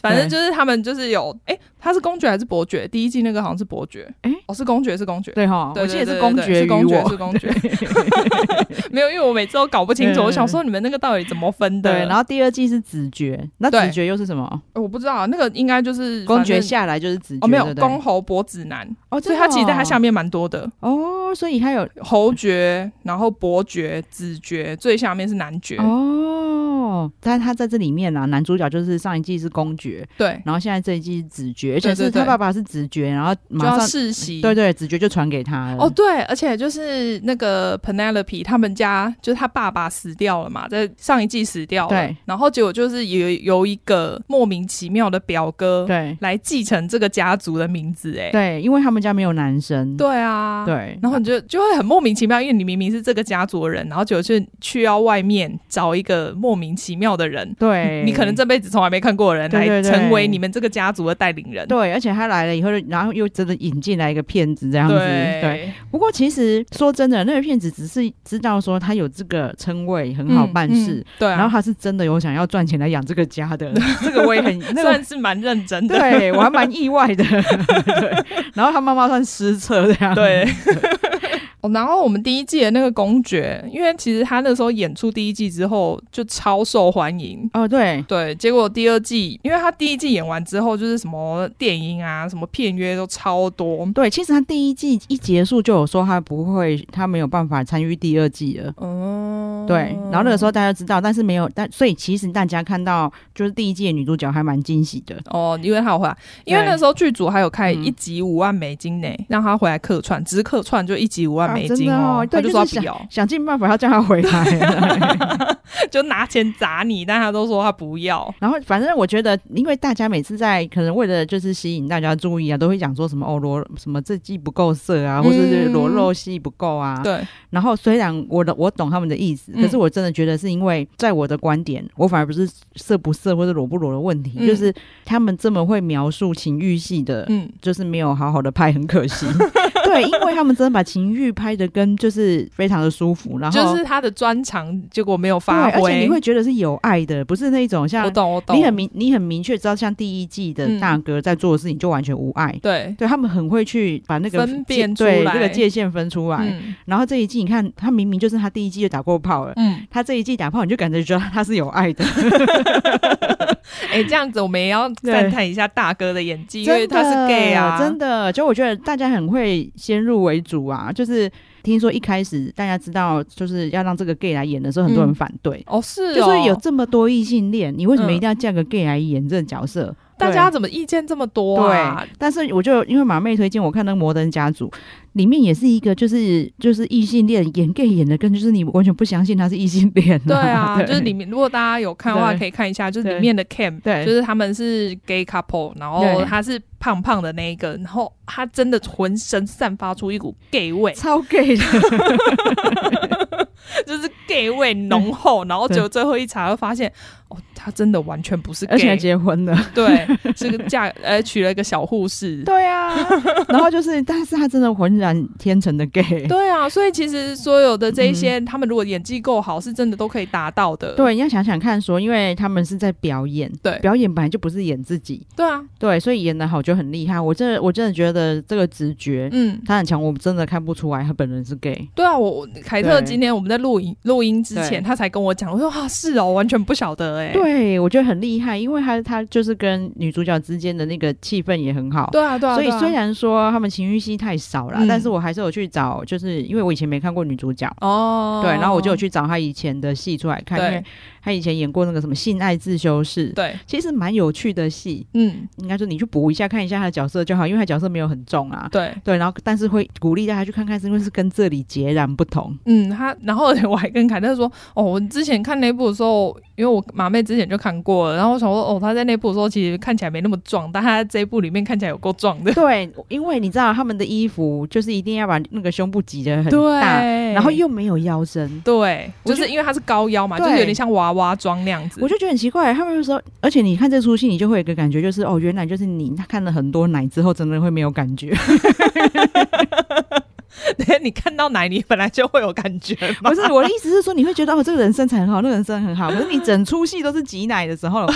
Speaker 2: 反正就是他们就是有，哎、他是公爵还是伯爵？第一季那个好像是伯爵，
Speaker 1: 诶
Speaker 2: 哦是公爵是公爵，
Speaker 1: 对哈，
Speaker 2: 对
Speaker 1: 我记得
Speaker 2: 对
Speaker 1: 是
Speaker 2: 对
Speaker 1: 公
Speaker 2: 对
Speaker 1: 爵
Speaker 2: 哦是
Speaker 1: 与
Speaker 2: 公爵
Speaker 1: 我，
Speaker 2: 是公爵， 没有，因为我每次都搞不清楚，
Speaker 1: 嗯
Speaker 2: 我想说你们那个到底怎么分的？
Speaker 1: 对，然后第二季是子爵，那
Speaker 2: 对
Speaker 1: 子爵又是什么？
Speaker 2: 呃我不知道那个应该就是
Speaker 1: 公爵
Speaker 2: 反正
Speaker 1: 下来就是子爵，
Speaker 2: 哦没有
Speaker 1: 对不对
Speaker 2: 公侯伯子男，
Speaker 1: 哦，
Speaker 2: 所
Speaker 1: 真的
Speaker 2: 以他其实在他
Speaker 1: 哦
Speaker 2: 下面蛮多的。
Speaker 1: 哦，所以他有
Speaker 2: 侯爵，然后伯爵、子爵，最下面是男爵。
Speaker 1: 哦，但他在这里面啊，男主角就是上一季是公爵，
Speaker 2: 对，
Speaker 1: 然后现在这一季是子爵，而且
Speaker 2: 对
Speaker 1: 是
Speaker 2: 对对
Speaker 1: 他爸爸是子爵，然后
Speaker 2: 就
Speaker 1: 马
Speaker 2: 要
Speaker 1: 上
Speaker 2: 世袭。
Speaker 1: 对对子爵就传给他了。
Speaker 2: 哦，对，而且就是那个 Penelope 他们家，就是他爸爸死掉了嘛，在上一季死掉了。
Speaker 1: 对，
Speaker 2: 然后结果就是有由一个莫名其妙的表哥
Speaker 1: 对
Speaker 2: 来继承这个家族的名字，哎，
Speaker 1: 对，因为他们家没有男生，
Speaker 2: 对啊，。
Speaker 1: 对，
Speaker 2: 然后你就就会很莫名其妙，因为你明明是这个家族的人，然后结果去去要外面找一个莫名其妙的人，
Speaker 1: 对，
Speaker 2: 你可能这辈子从来没看过的人
Speaker 1: 对
Speaker 2: 来
Speaker 1: 对对
Speaker 2: 成为你们这个家族的带领人。
Speaker 1: 对，而且他来了以后，然后又真的引进来一个骗子这样子，对。不过其实说真的，那个骗子只是知道说他有这个称谓很好办事，
Speaker 2: 嗯嗯对啊、
Speaker 1: 然后他是真的有想要赚钱来养这个家 的，这个我也很那个
Speaker 2: 算是蛮认真的，
Speaker 1: 对我还蛮意外的。对，然后他妈妈算失策这样。
Speaker 2: 对。 哦，然后我们第一季的那个公爵，因为其实他那时候演出第一季之后就超受欢迎，
Speaker 1: 哦对，
Speaker 2: 对，结果第二季，因为他第一季演完之后，就是什么电影啊、什么片约都超多，
Speaker 1: 对，其实他第一季一结束就有说他不会，他没有办法参与第二季了。
Speaker 2: 嗯，
Speaker 1: 对，然后那个时候大家知道，但是没有，但所以其实大家看到就是第一季的女主角还蛮惊喜的。
Speaker 2: 哦，因为他有回来，因为
Speaker 1: 对
Speaker 2: 那时候剧组还有开
Speaker 1: 嗯
Speaker 2: 一集五万美金呢，让他回来客串，只是客串就一集五万
Speaker 1: 啊
Speaker 2: 美金
Speaker 1: 真的哦对
Speaker 2: 他就说
Speaker 1: 就是
Speaker 2: 他不要，
Speaker 1: 想尽办法要叫她回来，
Speaker 2: 就拿钱砸你，但他都说他不要。
Speaker 1: 然后反正我觉得，因为大家每次在可能为了就是吸引大家注意啊，都会讲说什么哦裸什么这季不够色啊，或者是
Speaker 2: 嗯
Speaker 1: 裸露戏不够啊，
Speaker 2: 对，
Speaker 1: 然后虽然我的我懂他们的意思，
Speaker 2: 嗯
Speaker 1: 可是我真的觉得是因为在我的观点，我反而不是色不色或者裸不裸的问题，
Speaker 2: 嗯
Speaker 1: 就是他们这么会描述情欲戏的。
Speaker 2: 嗯，
Speaker 1: 就是没有好好的拍，很可 惜。对，因为他们真的把情欲拍的跟就是非常的舒服，然后
Speaker 2: 就是他的专长，结果没有
Speaker 1: 对，
Speaker 2: 发
Speaker 1: 而且
Speaker 2: 挥
Speaker 1: 你。会觉得是有爱的，不是那种
Speaker 2: 我
Speaker 1: 像
Speaker 2: 懂，我懂，
Speaker 1: 你很明你很明确知道，像第一季的
Speaker 2: 嗯
Speaker 1: 大哥在做的事情就完全无爱。
Speaker 2: 对，
Speaker 1: 对他们很会去把那个
Speaker 2: 分
Speaker 1: 界
Speaker 2: 辨出
Speaker 1: 对
Speaker 2: 来
Speaker 1: 这个界限分出来，
Speaker 2: 嗯
Speaker 1: 然后这一季你看，他明明就是他第一季就打过炮了，
Speaker 2: 嗯，
Speaker 1: 他这一季打炮，你就感觉觉得他是有爱 的，
Speaker 2: 哎，这样子我们也要
Speaker 1: 对
Speaker 2: 赞叹一下大哥的演技，因
Speaker 1: 真
Speaker 2: 为
Speaker 1: 的
Speaker 2: 他是 gay 啊，
Speaker 1: 真的。就我觉得大家很会先入为主啊，就是听说一开始大家知道就是要让这个 gay 来演的时候，很多人反对。
Speaker 2: 哦是
Speaker 1: 就
Speaker 2: 哦，
Speaker 1: 是有这么多异性恋，你为什么
Speaker 2: 嗯
Speaker 1: 一定要嫁个 gay 来演这个角色？
Speaker 2: 大家怎么意见这么多啊
Speaker 1: 对？，但是我就因为马妹推荐我看那个《摩登家族》，里面也是一个就是就是异性恋演 gay 演的，跟就是你完全不相信他是异性恋、
Speaker 2: 对啊，就是
Speaker 1: 你。
Speaker 2: 里面如果大家有看的话，
Speaker 1: 对
Speaker 2: 可以看一下，就是
Speaker 1: 对
Speaker 2: 里面的 Cam，
Speaker 1: 对
Speaker 2: 就是他们是 gay couple，然后
Speaker 1: 对
Speaker 2: 他是胖胖的那一个，然后他真的浑身散发出一股 gay 味，
Speaker 1: 超 gay 的，
Speaker 2: 就是 gay 味浓厚，然后
Speaker 1: 对
Speaker 2: 结果最后一查，会发现哦，他真的完全不是
Speaker 1: 而且还
Speaker 2: gay，
Speaker 1: 结婚 了。
Speaker 2: 对，是个嫁呃娶了一个小护士。
Speaker 1: 对啊， 然后就是，但是他真的浑然天成的 gay。
Speaker 2: 对啊，所以其实所有的这一些，他们如果演技够好，是真的都可以达到的。
Speaker 1: 嗯对，你要想想看说因为他们是在表演，
Speaker 2: 对
Speaker 1: 表演本来就不是演自己，
Speaker 2: 对啊，
Speaker 1: 对，所以演的好就很厉害。我真的，我真的觉得这个直觉，
Speaker 2: 嗯，
Speaker 1: 他很强，我真的看不出来他本人是 gay。
Speaker 2: 对啊，我我凯特
Speaker 1: 对
Speaker 2: 今天我们在录音录音之
Speaker 1: 对
Speaker 2: 前，他才跟我讲，我说啊是哦，我完全不晓得哎、
Speaker 1: 对，我觉得很厉害，因为他他就是跟女主角之间的那个气氛也很好。
Speaker 2: 对啊，对啊，
Speaker 1: 所以
Speaker 2: 对啊
Speaker 1: 虽然说他们情欲戏太少了，
Speaker 2: 嗯
Speaker 1: 但是我还是有去找，就是因为我以前没看过女主角，
Speaker 2: 哦，
Speaker 1: 对，然后我就有去找她以前的戏出来看，因
Speaker 2: 对
Speaker 1: 为他以前演过那个什么《性爱自修室》，
Speaker 2: 对，
Speaker 1: 其实蛮有趣的戏。
Speaker 2: 嗯，
Speaker 1: 应该说你去补一下看一下他的角色就好，因为他角色没有很重啊。
Speaker 2: 对，
Speaker 1: 对，然后但是会鼓励大家去看看，是因为是跟这里截然不 同。
Speaker 2: 嗯，他，然后而且我还跟凯特说，哦，我之前看那部的时候，因为我马妹之前就看过了，然后我想说，哦，他在那部的时候其实看起来没那么壮，但他在这一部里面看起来有够壮的，
Speaker 1: 对，因为你知道他们的衣服就是一定要把那个胸部挤得很
Speaker 2: 对，
Speaker 1: 大，然后又没有腰身。
Speaker 2: 对，
Speaker 1: 我
Speaker 2: 就
Speaker 1: 就是
Speaker 2: 因为他是高腰嘛，就是
Speaker 1: 对
Speaker 2: 有点像娃娃装那样子
Speaker 1: 我。就觉得很奇怪，他们就说，而且你看这出戏，你就会有一个感觉，就是哦，原来就是你看了很多奶之后，真的会没有感觉。
Speaker 2: 你看到奶，你本来就会有感觉 嘛
Speaker 1: 不。是我的意思是说，你会觉得哦，这个人身材很好，那个人身材很好，可是你整出戏都是挤奶的时候，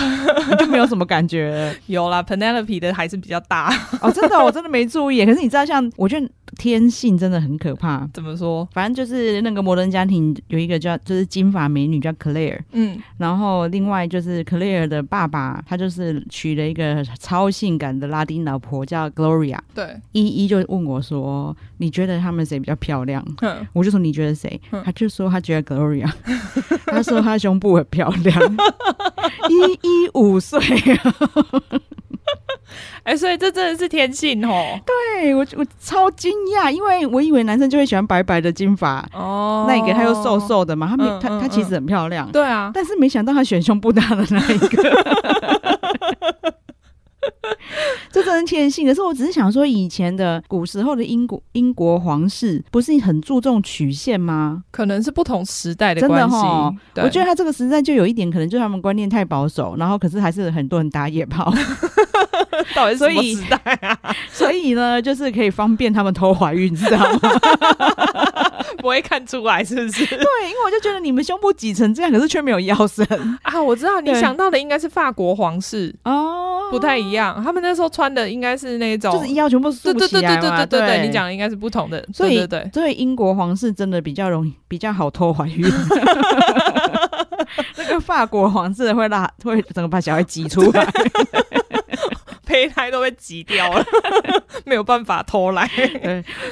Speaker 1: 你就没有什么感觉了。
Speaker 2: 有啦，Penelope 的还是比较大，
Speaker 1: 哦，真的哦、我真的没注意。可是你知道像，我觉得天性真的很可怕。
Speaker 2: 怎么说？
Speaker 1: 反正就是那个《摩登家庭》有一个叫就是金发美女叫 Claire，
Speaker 2: 嗯，
Speaker 1: 然后另外就是 Claire 的爸爸，他就是娶了一个超性感的拉丁老婆叫 Gloria。
Speaker 2: 对，
Speaker 1: 依依就问我说：“你觉得他们谁比较漂亮？”
Speaker 2: 哼，
Speaker 1: 我就说你觉得谁
Speaker 2: 嗯？
Speaker 1: 他就说他觉得 Gloria，他 说他胸部很漂亮， 一一五岁。
Speaker 2: 哎、所以这真的是天性哦。
Speaker 1: 对我我超惊讶，因为我以为男生就会喜欢白白的金发，
Speaker 2: 哦
Speaker 1: 那一个他又瘦，瘦的嘛，他没
Speaker 2: 嗯
Speaker 1: 他
Speaker 2: 嗯
Speaker 1: 他其实很漂亮，
Speaker 2: 对啊，
Speaker 1: 但是没想到他选胸部大的那一个。 这真的是天性。可是我只是想说，以前的古时候的英国英国皇室不是很注重曲线吗？
Speaker 2: 可能是不同时代的
Speaker 1: 真的
Speaker 2: 关系
Speaker 1: 哦。
Speaker 2: 对
Speaker 1: 我觉得他这个时代就有一点，可能就是他们观念太保守，然后可是还是很多人打野炮，
Speaker 2: 到底是什么
Speaker 1: 所以
Speaker 2: 时代 啊？
Speaker 1: 所以呢，就是可以方便他们偷怀孕，知道吗？
Speaker 2: 不会看出来是不是？
Speaker 1: 对，因为我就觉得你们胸部挤成这样，可是却没有腰身
Speaker 2: 啊，我知道你
Speaker 1: 对
Speaker 2: 想到的应该是法国皇室，
Speaker 1: 哦，
Speaker 2: 不太一样。他们那时候穿的应该是那种，
Speaker 1: 就是腰全部
Speaker 2: 对
Speaker 1: 竖
Speaker 2: 对对
Speaker 1: 起
Speaker 2: 对
Speaker 1: 来
Speaker 2: 对
Speaker 1: 嘛
Speaker 2: 对对啊对，
Speaker 1: 对
Speaker 2: 你讲的应该是不同的。
Speaker 1: 所以
Speaker 2: 对对对，
Speaker 1: 所以英国皇室真的比较容易，比较好偷怀孕。那个法国皇室会拉，会整个把小孩挤出来。
Speaker 2: 胚胎都被挤掉 了，没有办法偷来。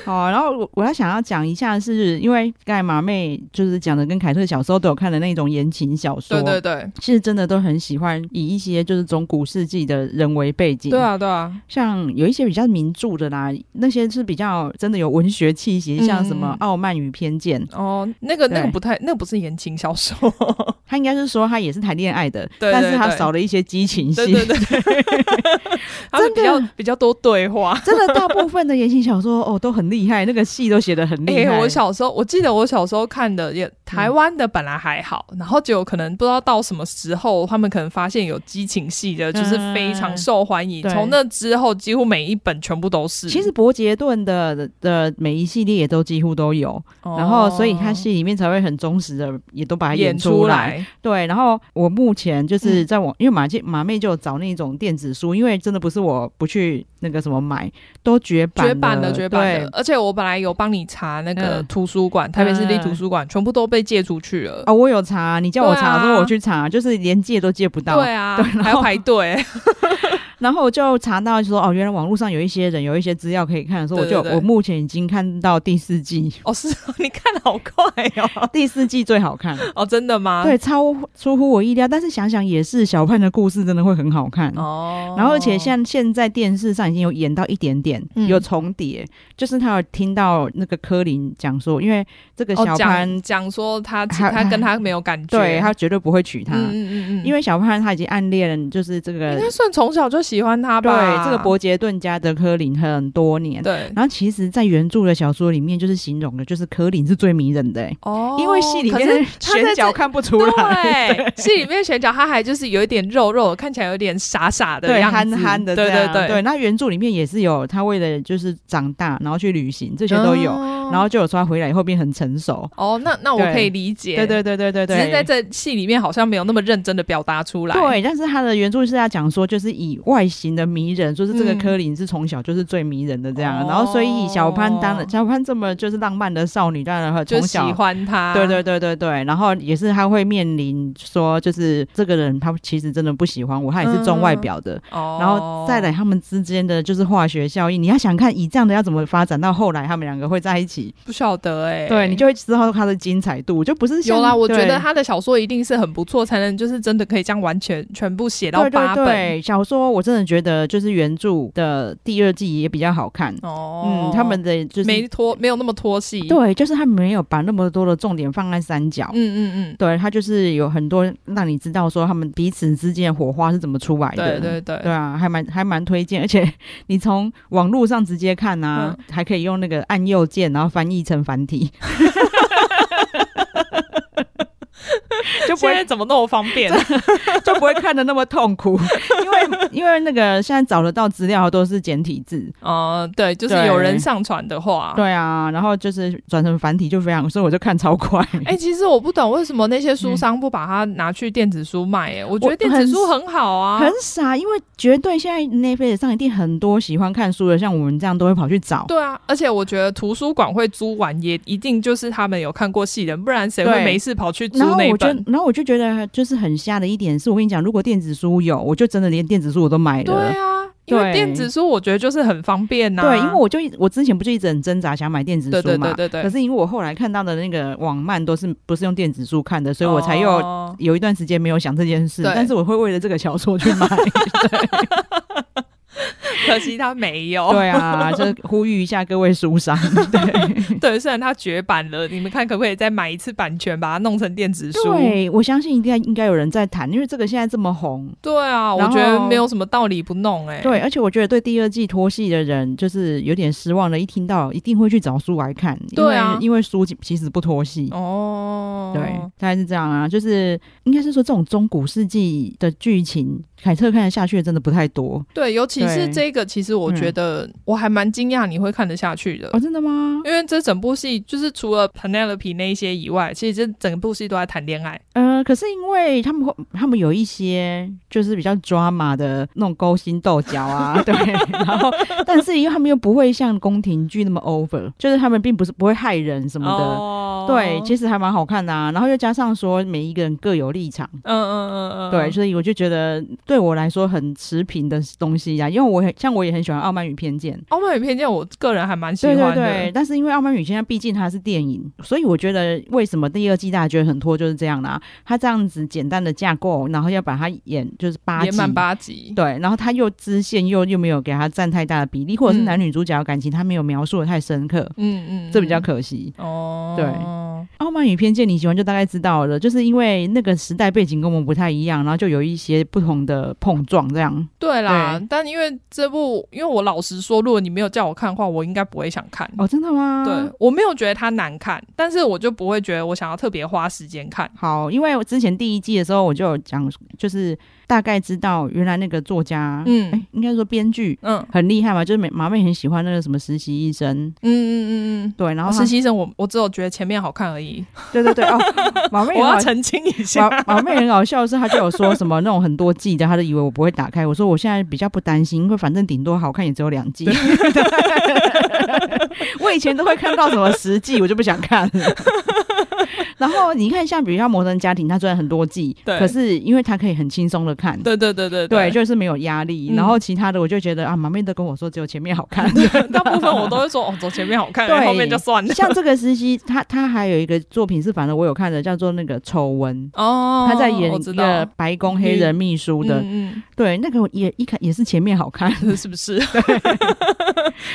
Speaker 1: 好、然后我我要想要讲一下是，因为刚才马妹就是讲的跟凯特小时候都有看的那种言情小说，
Speaker 2: 对对对，
Speaker 1: 是真的都很喜欢以一些就是从古世纪的人为背景，
Speaker 2: 对，啊对啊，
Speaker 1: 像有一些比较名著的啦，那些是比较真的有文学气息，
Speaker 2: 嗯
Speaker 1: 像什么《傲慢与偏见》，
Speaker 2: 哦，那个那个
Speaker 1: 对
Speaker 2: 不太，那个不是言情小说，
Speaker 1: 他应该是说他也是谈恋爱的，
Speaker 2: 对对
Speaker 1: 但是他
Speaker 2: 对
Speaker 1: 少了一些激情戏。
Speaker 2: 对对对，他们比较比较多对话。
Speaker 1: 真的，大部分的言情小说哦都很厉害，那个戏都写得很厉
Speaker 2: 哎、
Speaker 1: 害。嗯
Speaker 2: 我小时候我记得我小时候看的也台湾的本来还好，然后结果可能不知道到什么时候，他们可能发现有激情戏的，就是非常受欢迎。
Speaker 1: 嗯对
Speaker 2: 从、那之后，几乎每一本全部都是。
Speaker 1: 其实伯杰顿的的的每一系列也都几乎都有，
Speaker 2: 哦，
Speaker 1: 然后所以他戏里面才会很忠实的，也都把它
Speaker 2: 演
Speaker 1: 出
Speaker 2: 出
Speaker 1: 来。
Speaker 2: 来，
Speaker 1: 对，然后我目前就是
Speaker 2: 嗯
Speaker 1: 在网，因为马姐马妹就有找那种电子书，因为真的不是我不去那个什么买，都绝版
Speaker 2: 绝版的，
Speaker 1: 了
Speaker 2: 绝版的
Speaker 1: 对。
Speaker 2: 而且我本来有帮你查那个
Speaker 1: 嗯
Speaker 2: 图书馆，台北市立
Speaker 1: 嗯
Speaker 2: 图书馆，全部都被借出去了。
Speaker 1: 啊、我有查，你叫我查，
Speaker 2: 对啊
Speaker 1: 说我去查，就是连借都借不到。
Speaker 2: 对啊，
Speaker 1: 对然后
Speaker 2: 还要排队。
Speaker 1: 然后我就查到说，哦，原来网络上有一些人有一些资料可以看，说我
Speaker 2: 对对
Speaker 1: 就
Speaker 2: 对
Speaker 1: 我目前已经看到第四季，
Speaker 2: 哦，是哦你看得好快哦。
Speaker 1: 第四季最好看。
Speaker 2: 哦，真的吗？
Speaker 1: 对，超出乎我意料，但是想想也是，小盼的故事真的会很好看。
Speaker 2: 哦，
Speaker 1: 然后，而且像现在电视上已经有演到一点点，
Speaker 2: 嗯
Speaker 1: 有重叠，就是他有听到那个柯林讲说，因为这个
Speaker 2: 哦
Speaker 1: 小潘，
Speaker 2: 讲讲说他其
Speaker 1: 他
Speaker 2: 他跟他没有感觉，
Speaker 1: 对他绝对不会娶她，
Speaker 2: 嗯嗯嗯嗯，
Speaker 1: 因为小潘他已经暗恋就是这
Speaker 2: 应
Speaker 1: 个
Speaker 2: 该算从小就喜欢他吧？
Speaker 1: 对这个伯杰顿家的柯林很多年，
Speaker 2: 对
Speaker 1: 然后其实，在原著的小说里面，就是形容的，就是柯林是最迷人的、欸，
Speaker 2: 哦，
Speaker 1: 因为戏里
Speaker 2: 可是
Speaker 1: 面
Speaker 2: 他在
Speaker 1: 选角
Speaker 2: 这
Speaker 1: 看不出来，
Speaker 2: 对，戏里面选角他还就是有一点肉肉，看起来有点傻傻的
Speaker 1: 对，
Speaker 2: 样子，
Speaker 1: 憨憨的这
Speaker 2: 对
Speaker 1: 样，
Speaker 2: 对
Speaker 1: 对。，那原著里面也是有他为了就是长大，然后去旅行，这些都有，
Speaker 2: 哦
Speaker 1: 然后就有说他回来以后变很成熟，
Speaker 2: 哦，那那我
Speaker 1: 对
Speaker 2: 可以理解，
Speaker 1: 对对对对对对，
Speaker 2: 只是在这戏里面好像没有那么认真的表达出来，
Speaker 1: 对，但是他的原著是要讲说，就是以外外形的迷人，就是这个
Speaker 2: 嗯
Speaker 1: 柯林是从小就是最迷人的这样。
Speaker 2: 哦
Speaker 1: 然后所以小潘当了小潘这么就是浪漫的少女，当然会
Speaker 2: 就
Speaker 1: 从
Speaker 2: 喜
Speaker 1: 小。
Speaker 2: 欢他，
Speaker 1: 对对对对对，然后也是他会面临说，就是这个人他其实真的不喜欢我，他也是重外表的，
Speaker 2: 哦，
Speaker 1: 然后再来他们之间的就是化学效应，你要想看以这样的要怎么发展到后来他们两个会在一起，
Speaker 2: 不晓得哎、
Speaker 1: 对你就会知道它的精彩度，就不是像
Speaker 2: 有啦，我觉
Speaker 1: 对
Speaker 2: 得他的小说一定是很不错，才能就是真的可以这样完全全部写到
Speaker 1: 对
Speaker 2: 八
Speaker 1: 对
Speaker 2: 本
Speaker 1: 对，小说我真的觉得就是原著的第二季也比较好看，
Speaker 2: 哦
Speaker 1: 嗯，他们的就是
Speaker 2: 没拖没有那么拖戏，
Speaker 1: 对，就是他没有把那么多的重点放在三角。
Speaker 2: 嗯嗯嗯，
Speaker 1: 对他就是有很多让你知道说他们彼此之间的火花是怎么出来的，
Speaker 2: 对对对
Speaker 1: 对啊，还蛮还蛮推荐，而且你从网络上直接看啊，
Speaker 2: 嗯
Speaker 1: 还可以用那个按右键，然后翻译成繁体， 就不
Speaker 2: 现
Speaker 1: 会
Speaker 2: 在怎么那么方便？
Speaker 1: 就不会看的那么痛苦， 因为因为那个现在找得到资料都是简体字，
Speaker 2: 哦、对，就是
Speaker 1: 对
Speaker 2: 有人上传的话，
Speaker 1: 对啊，然后就是转成繁体就非常，所以我就看超快，
Speaker 2: 哎、其实我不懂为什么那些书商不把它拿去电子书卖、哎、我觉
Speaker 1: 嗯
Speaker 2: 得
Speaker 1: 我
Speaker 2: 电子书很好啊，
Speaker 1: 很傻，因为绝对现在 Netflix 上一定很多喜欢看书的，像我们这样都会跑去找。
Speaker 2: 对啊，而且我觉得图书馆会租完，也一定就是他们有看过戏的，不然谁会
Speaker 1: 对
Speaker 2: 没事跑去租
Speaker 1: 然后
Speaker 2: 那一
Speaker 1: 我就
Speaker 2: 本？，
Speaker 1: 然后我就觉得就是很瞎的一点是，我跟你讲，如果电子书有，我就真的连电子书我都买了。
Speaker 2: 对啊，因为
Speaker 1: 对啊
Speaker 2: 电子书我觉得就是很方便呐、
Speaker 1: 对因为我就一我之前不是一直很挣扎想买电子书
Speaker 2: 对
Speaker 1: 嘛，
Speaker 2: 对对对
Speaker 1: 可
Speaker 2: 对，
Speaker 1: 是因为我后来看到的那个网漫都是不是用电子书看的，所以我才又
Speaker 2: 哦
Speaker 1: 有一段时间没有想这件事。
Speaker 2: 对
Speaker 1: 但是我会为了这个小说去买。
Speaker 2: 可惜他没 有。
Speaker 1: 对啊，就是呼吁一下各位书商。对。
Speaker 2: 对，虽然他绝版了，你们看可不可以再买一次版权，把它弄成电子书？
Speaker 1: 对，我相信一定应该有人在谈，因为这个现在这么红。
Speaker 2: 对啊，我
Speaker 1: 然
Speaker 2: 觉
Speaker 1: 后
Speaker 2: 得没有什么道理不弄哎、
Speaker 1: 对，而且我觉得对第二季脱戏的人就是有点失望了，一听到一定会去找书来看。因
Speaker 2: 对
Speaker 1: 为
Speaker 2: 啊
Speaker 1: 因为书其其实不脱戏。
Speaker 2: 哦，
Speaker 1: 对，大概是这样啊，就是应该是说这种中古世纪的剧情，凯特看得下去的真的不太多
Speaker 2: 对，尤其
Speaker 1: 对
Speaker 2: 是
Speaker 1: 嗯
Speaker 2: 这个，其实我觉得我还蛮惊讶你会看得下去的。
Speaker 1: 哦，真的吗？
Speaker 2: 因为这整部戏就是除了 Penelope 那一些以外，其实这整部戏都在谈恋爱。
Speaker 1: 呃，可是因为他们会，他们有一些就是比较 drama 的那种勾心斗角 啊，对，然后但是因为他们又不会像宫廷剧那么 over，就是他们并不是不会害人什么的。
Speaker 2: 哦
Speaker 1: 对，其
Speaker 2: 实
Speaker 1: 实还蛮好看的、啊，然后又加上说每一个人各有立场，
Speaker 2: 嗯嗯嗯嗯，
Speaker 1: 对，所以我就觉得对我来说很持平的东西呀、因为我很像我也很喜欢《傲慢与偏见》，
Speaker 2: 《傲慢与偏见》，我个人还蛮喜
Speaker 1: 对
Speaker 2: 欢
Speaker 1: 对
Speaker 2: 的。
Speaker 1: 对，但是因为《傲慢与偏见》毕竟它是电影，所以我觉得为什么第二季大家觉得很拖就是这样啦、它这样子简单的架构，然后要把它演就是八
Speaker 2: 也
Speaker 1: 集，
Speaker 2: 满八集。
Speaker 1: 对，然后它又支线又又没有给它占太大的比例，或者是
Speaker 2: 嗯
Speaker 1: 男女主角的感情它没有描述的太深刻，
Speaker 2: 嗯嗯，
Speaker 1: 这比较
Speaker 2: 嗯
Speaker 1: 可惜。
Speaker 2: 哦，
Speaker 1: 对《傲慢与偏见》你喜欢就大概知道了，就是因为那个时代背景跟我们不太一样，然后就有一些不同的碰撞，这样
Speaker 2: 对啦
Speaker 1: 对。
Speaker 2: 但因为这部，因为我老实说，如果你没有叫我看的话，我应该不会想看。
Speaker 1: 哦，真的吗？
Speaker 2: 对，我没有觉得它难看，但是我就不会觉得我想要特别花时间看。
Speaker 1: 好，因为我之前第一季的时候我就有讲，就是大概知道原来那个作家，
Speaker 2: 嗯
Speaker 1: 诶应该说编剧
Speaker 2: 嗯
Speaker 1: 很厉害嘛，就是美马妹很喜欢那个什么实习医生，
Speaker 2: 嗯嗯嗯嗯。
Speaker 1: 对，然后
Speaker 2: 哦
Speaker 1: 他
Speaker 2: 实习生我，我只有觉得前面好看而已。
Speaker 1: 对对对哦，马妹
Speaker 2: 我
Speaker 1: 很好
Speaker 2: 要澄清一下，
Speaker 1: 马马妹很搞笑的是，她就有说什么那种很多季的，她都以为我不会打开。我说我现在比较不担心，因为反正顶多好看也只有两季。 我以前都会看到什么十季，我就不想 看了。然后你看，像比如像《摩登家庭》，它虽然很多季，
Speaker 2: 对
Speaker 1: 可是因为它可以很轻松的看，
Speaker 2: 对对对对
Speaker 1: 对，就是没有压力。
Speaker 2: 嗯
Speaker 1: 然后其他的，我就觉得啊，马妹都跟我说只有前面好 看。
Speaker 2: 大部分我都会说哦，走前面好看，
Speaker 1: 对
Speaker 2: 后面就算了。
Speaker 1: 像这个实习，她她还有一个作品是，反正我有看的，叫做那个《丑闻》。
Speaker 2: 哦，
Speaker 1: 她在演
Speaker 2: 我
Speaker 1: 一
Speaker 2: 知
Speaker 1: 个
Speaker 2: 道
Speaker 1: 白宫黑人秘书的，
Speaker 2: 嗯。
Speaker 1: 对，那个也一看也是前面好看
Speaker 2: 嗯， 是不是？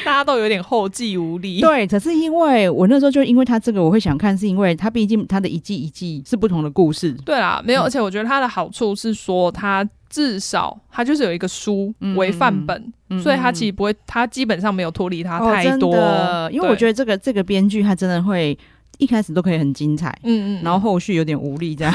Speaker 2: 大家都有点后继无力。
Speaker 1: 对，可是因为我那时候就因为他这个我会想看，是因为他毕竟他的一季一季是不同的故事，
Speaker 2: 对啦，没有，
Speaker 1: 嗯
Speaker 2: 而且我觉得它的好处是说，它至少它就是有一个书
Speaker 1: 嗯
Speaker 2: 为范本，
Speaker 1: 嗯
Speaker 2: 所以它其实不会，它基本上没有脱离它太
Speaker 1: 哦
Speaker 2: 多。
Speaker 1: 真的因为我觉得
Speaker 2: 得，
Speaker 1: 这个这个编剧他真的会一开始都可以很精彩，
Speaker 2: 嗯嗯，
Speaker 1: 然后后续有点无力 这样，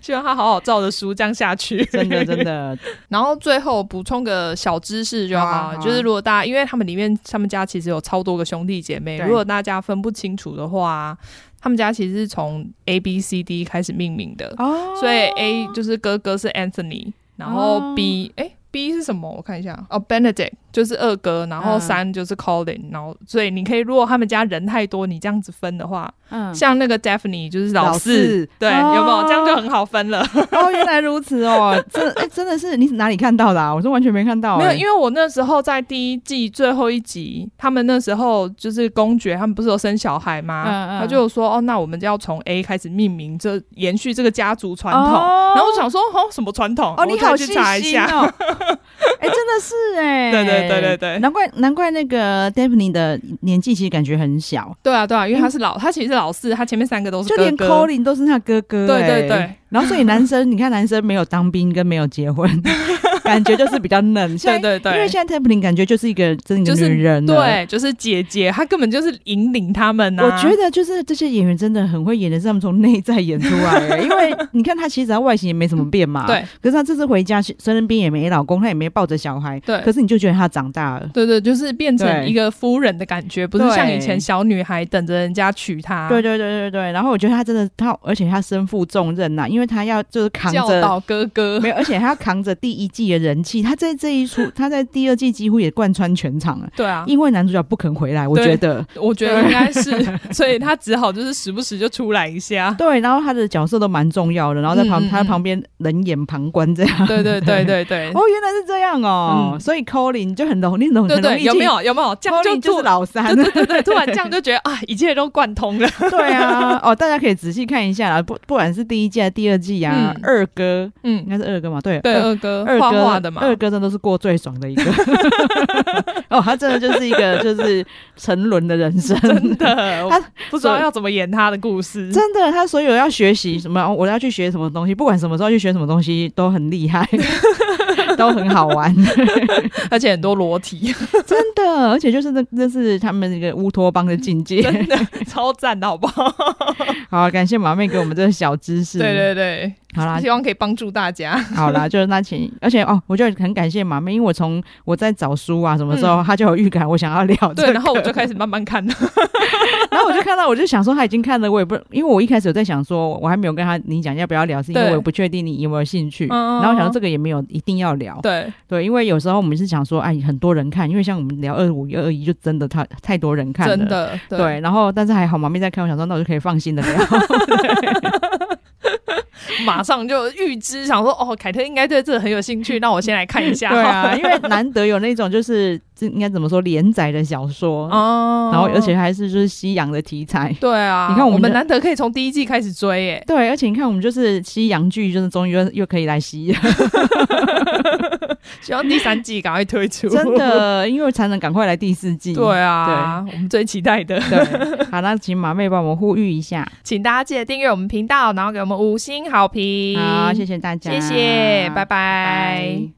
Speaker 2: 希望它好好照着书这样下去。
Speaker 1: 真的真的，
Speaker 2: 然后最后补充个小知识就好，
Speaker 1: 好啊好啊
Speaker 2: 就是如果大家因为他们里面他们家其实有超多个兄弟姐妹，
Speaker 1: 对
Speaker 2: 如果大家分不清楚的话，他们家其实是从 A B C D 开始命名的，
Speaker 1: 哦
Speaker 2: 所以 A 就是哥哥是 Anthony，然后
Speaker 1: 哦
Speaker 2: B 哎、 B 是什么？我看一下哦，Benedict 就是二哥，然后
Speaker 1: 嗯
Speaker 2: 三就是 Colin，、然后所以你可以如果他们家人太多，你这样子分的话，
Speaker 1: 嗯，
Speaker 2: 像那个 Daphne 就是老
Speaker 1: 老
Speaker 2: 四
Speaker 1: 四，
Speaker 2: 对，
Speaker 1: 哦
Speaker 2: 有没有？这样就很好分了。
Speaker 1: 哦，原来如此哦，真哎、真的是你哪里看到的、啊？我说完全没看到、
Speaker 2: 没有，
Speaker 1: 哎
Speaker 2: 因为我那时候在第一季最后一集，他们那时候就是公爵，他们不是有生小孩吗？
Speaker 1: 嗯嗯
Speaker 2: 他就有说哦，那我们就要从 A 开始命名，这延续这个家族传统。
Speaker 1: 哦
Speaker 2: 然后我想说，哦，什么传统？
Speaker 1: 哦，
Speaker 2: 我
Speaker 1: 你
Speaker 2: 再
Speaker 1: 好
Speaker 2: 去
Speaker 1: 细
Speaker 2: 查一
Speaker 1: 心
Speaker 2: 下。
Speaker 1: 哦！哎、真的是哎、
Speaker 2: 对对对对对
Speaker 1: 难怪难怪那个 Daphne 的年纪其实感觉很小，
Speaker 2: 对啊，对啊，因为他是老，他其实是老四，他前面三个都
Speaker 1: 嗯
Speaker 2: 是
Speaker 1: 就
Speaker 2: 哥
Speaker 1: 连
Speaker 2: 哥
Speaker 1: Colin 都是他哥哥、
Speaker 2: 对
Speaker 1: 哎
Speaker 2: 对对。
Speaker 1: 然后所以男生，你看男生没有当兵跟没有结 婚，感觉就是比较嫩。现在
Speaker 2: 对对对，
Speaker 1: 因为现在 Daphne 感觉就是一个真的一
Speaker 2: 就是
Speaker 1: 个女人了、
Speaker 2: 对，就是姐姐，她根本就是引领他们啊呐、
Speaker 1: 我觉得就是这些演员真的很会演的，是他们从内在演出来的。因为你看他其实他外形也没怎么变嘛，
Speaker 2: 对。
Speaker 1: 可是他这次回家，身边也没老公，他也没抱着小孩，
Speaker 2: 对
Speaker 1: 可是你就觉得他长大了。
Speaker 2: 对对，就是变成
Speaker 1: 对
Speaker 2: 一个夫人的感觉，不是
Speaker 1: 对
Speaker 2: 像以前小女孩等着人家娶她，
Speaker 1: 对对对对对，然后我觉得他真的他，而且他身负重任呐、因为他要就是扛
Speaker 2: 教
Speaker 1: 着，
Speaker 2: 导哥哥
Speaker 1: 没。有，而且他要扛着第一季的人气，他在这一出，他在第二季几乎也贯穿全场了，
Speaker 2: 对啊，
Speaker 1: 因为男主角不肯回来，我
Speaker 2: 对
Speaker 1: 觉 得，
Speaker 2: 我觉得应该是， 所以他只好就是时不时就出来一下。
Speaker 1: 对，然后他的角色都蛮重要的，然后在旁、
Speaker 2: 嗯嗯嗯
Speaker 1: 他旁边冷眼旁观这 样，
Speaker 2: 对对对对对
Speaker 1: 哦，原来是这样哦，
Speaker 2: 嗯
Speaker 1: 所以 Colin 就很容易，你很
Speaker 2: 对
Speaker 1: 很容
Speaker 2: 对，
Speaker 1: 易
Speaker 2: 有没
Speaker 1: 进？
Speaker 2: 有有没有这样
Speaker 1: Colin
Speaker 2: 突
Speaker 1: 就是老三
Speaker 2: 对，对对对，突然 这样就觉得啊，一切都贯通了。
Speaker 1: 对啊，哦，大家可以仔细看一下啦，不不管是第一季还是第二季啊，
Speaker 2: 嗯
Speaker 1: 二哥应
Speaker 2: 嗯，
Speaker 1: 该是二哥嘛，对
Speaker 2: 对，
Speaker 1: 二
Speaker 2: 二哥
Speaker 1: 二
Speaker 2: 呃画
Speaker 1: 哥
Speaker 2: 画的嘛，
Speaker 1: 二哥真的都是过最爽 的一个，哦，他真的就是一个就是沉沦的人 生，
Speaker 2: 真的，
Speaker 1: 他
Speaker 2: 他不知道要怎么演他的故事。
Speaker 1: 真的，他所有要学习什么，哦我要去学什么东西，不管什么时候去学什么东西都很厉 害，都很好玩。
Speaker 2: 而且很多裸体，
Speaker 1: 真的，而且就是那那是他们那个乌托邦的境界。
Speaker 2: 真的 超赞的，好不好？
Speaker 1: 好，感谢马妹给我们这个小知识。
Speaker 2: 对对对，
Speaker 1: 好啦，
Speaker 2: 希望可以帮助大家。
Speaker 1: 好啦，就是那请，而且哦，我就很感谢马妹，因为我从我在找书啊什么时候，她就有预感我想要聊这
Speaker 2: 嗯对，
Speaker 1: 个
Speaker 2: 然后我就开始慢慢看了。
Speaker 1: 然后我就看到，我就想说她已经看了，我也不，因为我一开始有在想说，我还没有跟她你讲要不要聊，是因为
Speaker 2: 对
Speaker 1: 我也不确定你有没有兴趣，
Speaker 2: 嗯
Speaker 1: 然后我想说这个也没有一定要聊，
Speaker 2: 对
Speaker 1: 对，因为有时候我们是想说，哎，很多人看，因为像我们聊二五二一就真的太太多人看了，
Speaker 2: 真的，
Speaker 1: 对，然后但是还好，妈咪在看，我想说那我就可以放心的 聊。
Speaker 2: 马上就预知，想说哦，凯特应该对这个很有兴 趣，那我先来看一下。
Speaker 1: 对啊， 因为难得有那种就是这应该怎么说连载的小说，
Speaker 2: 哦，
Speaker 1: 然后而且还是就是西洋的题材。
Speaker 2: 对啊，
Speaker 1: 你看我
Speaker 2: 我
Speaker 1: 们
Speaker 2: 们
Speaker 1: 的
Speaker 2: 难得可以从第一季开始追耶。
Speaker 1: 对，而且你看，我们就是西洋剧，就是终于又又可以来西洋，
Speaker 2: 希望第三季赶快推 出，
Speaker 1: 真。的，因为才能赶快来第四季。
Speaker 2: 对啊，我们最期待的，
Speaker 1: 对，好，那请马妹帮我们呼吁一下，
Speaker 2: 请大家记得订阅我们频道，然后给我们五星好评。
Speaker 1: 好，谢，谢大家，
Speaker 2: 嗯谢谢，拜拜
Speaker 1: 拜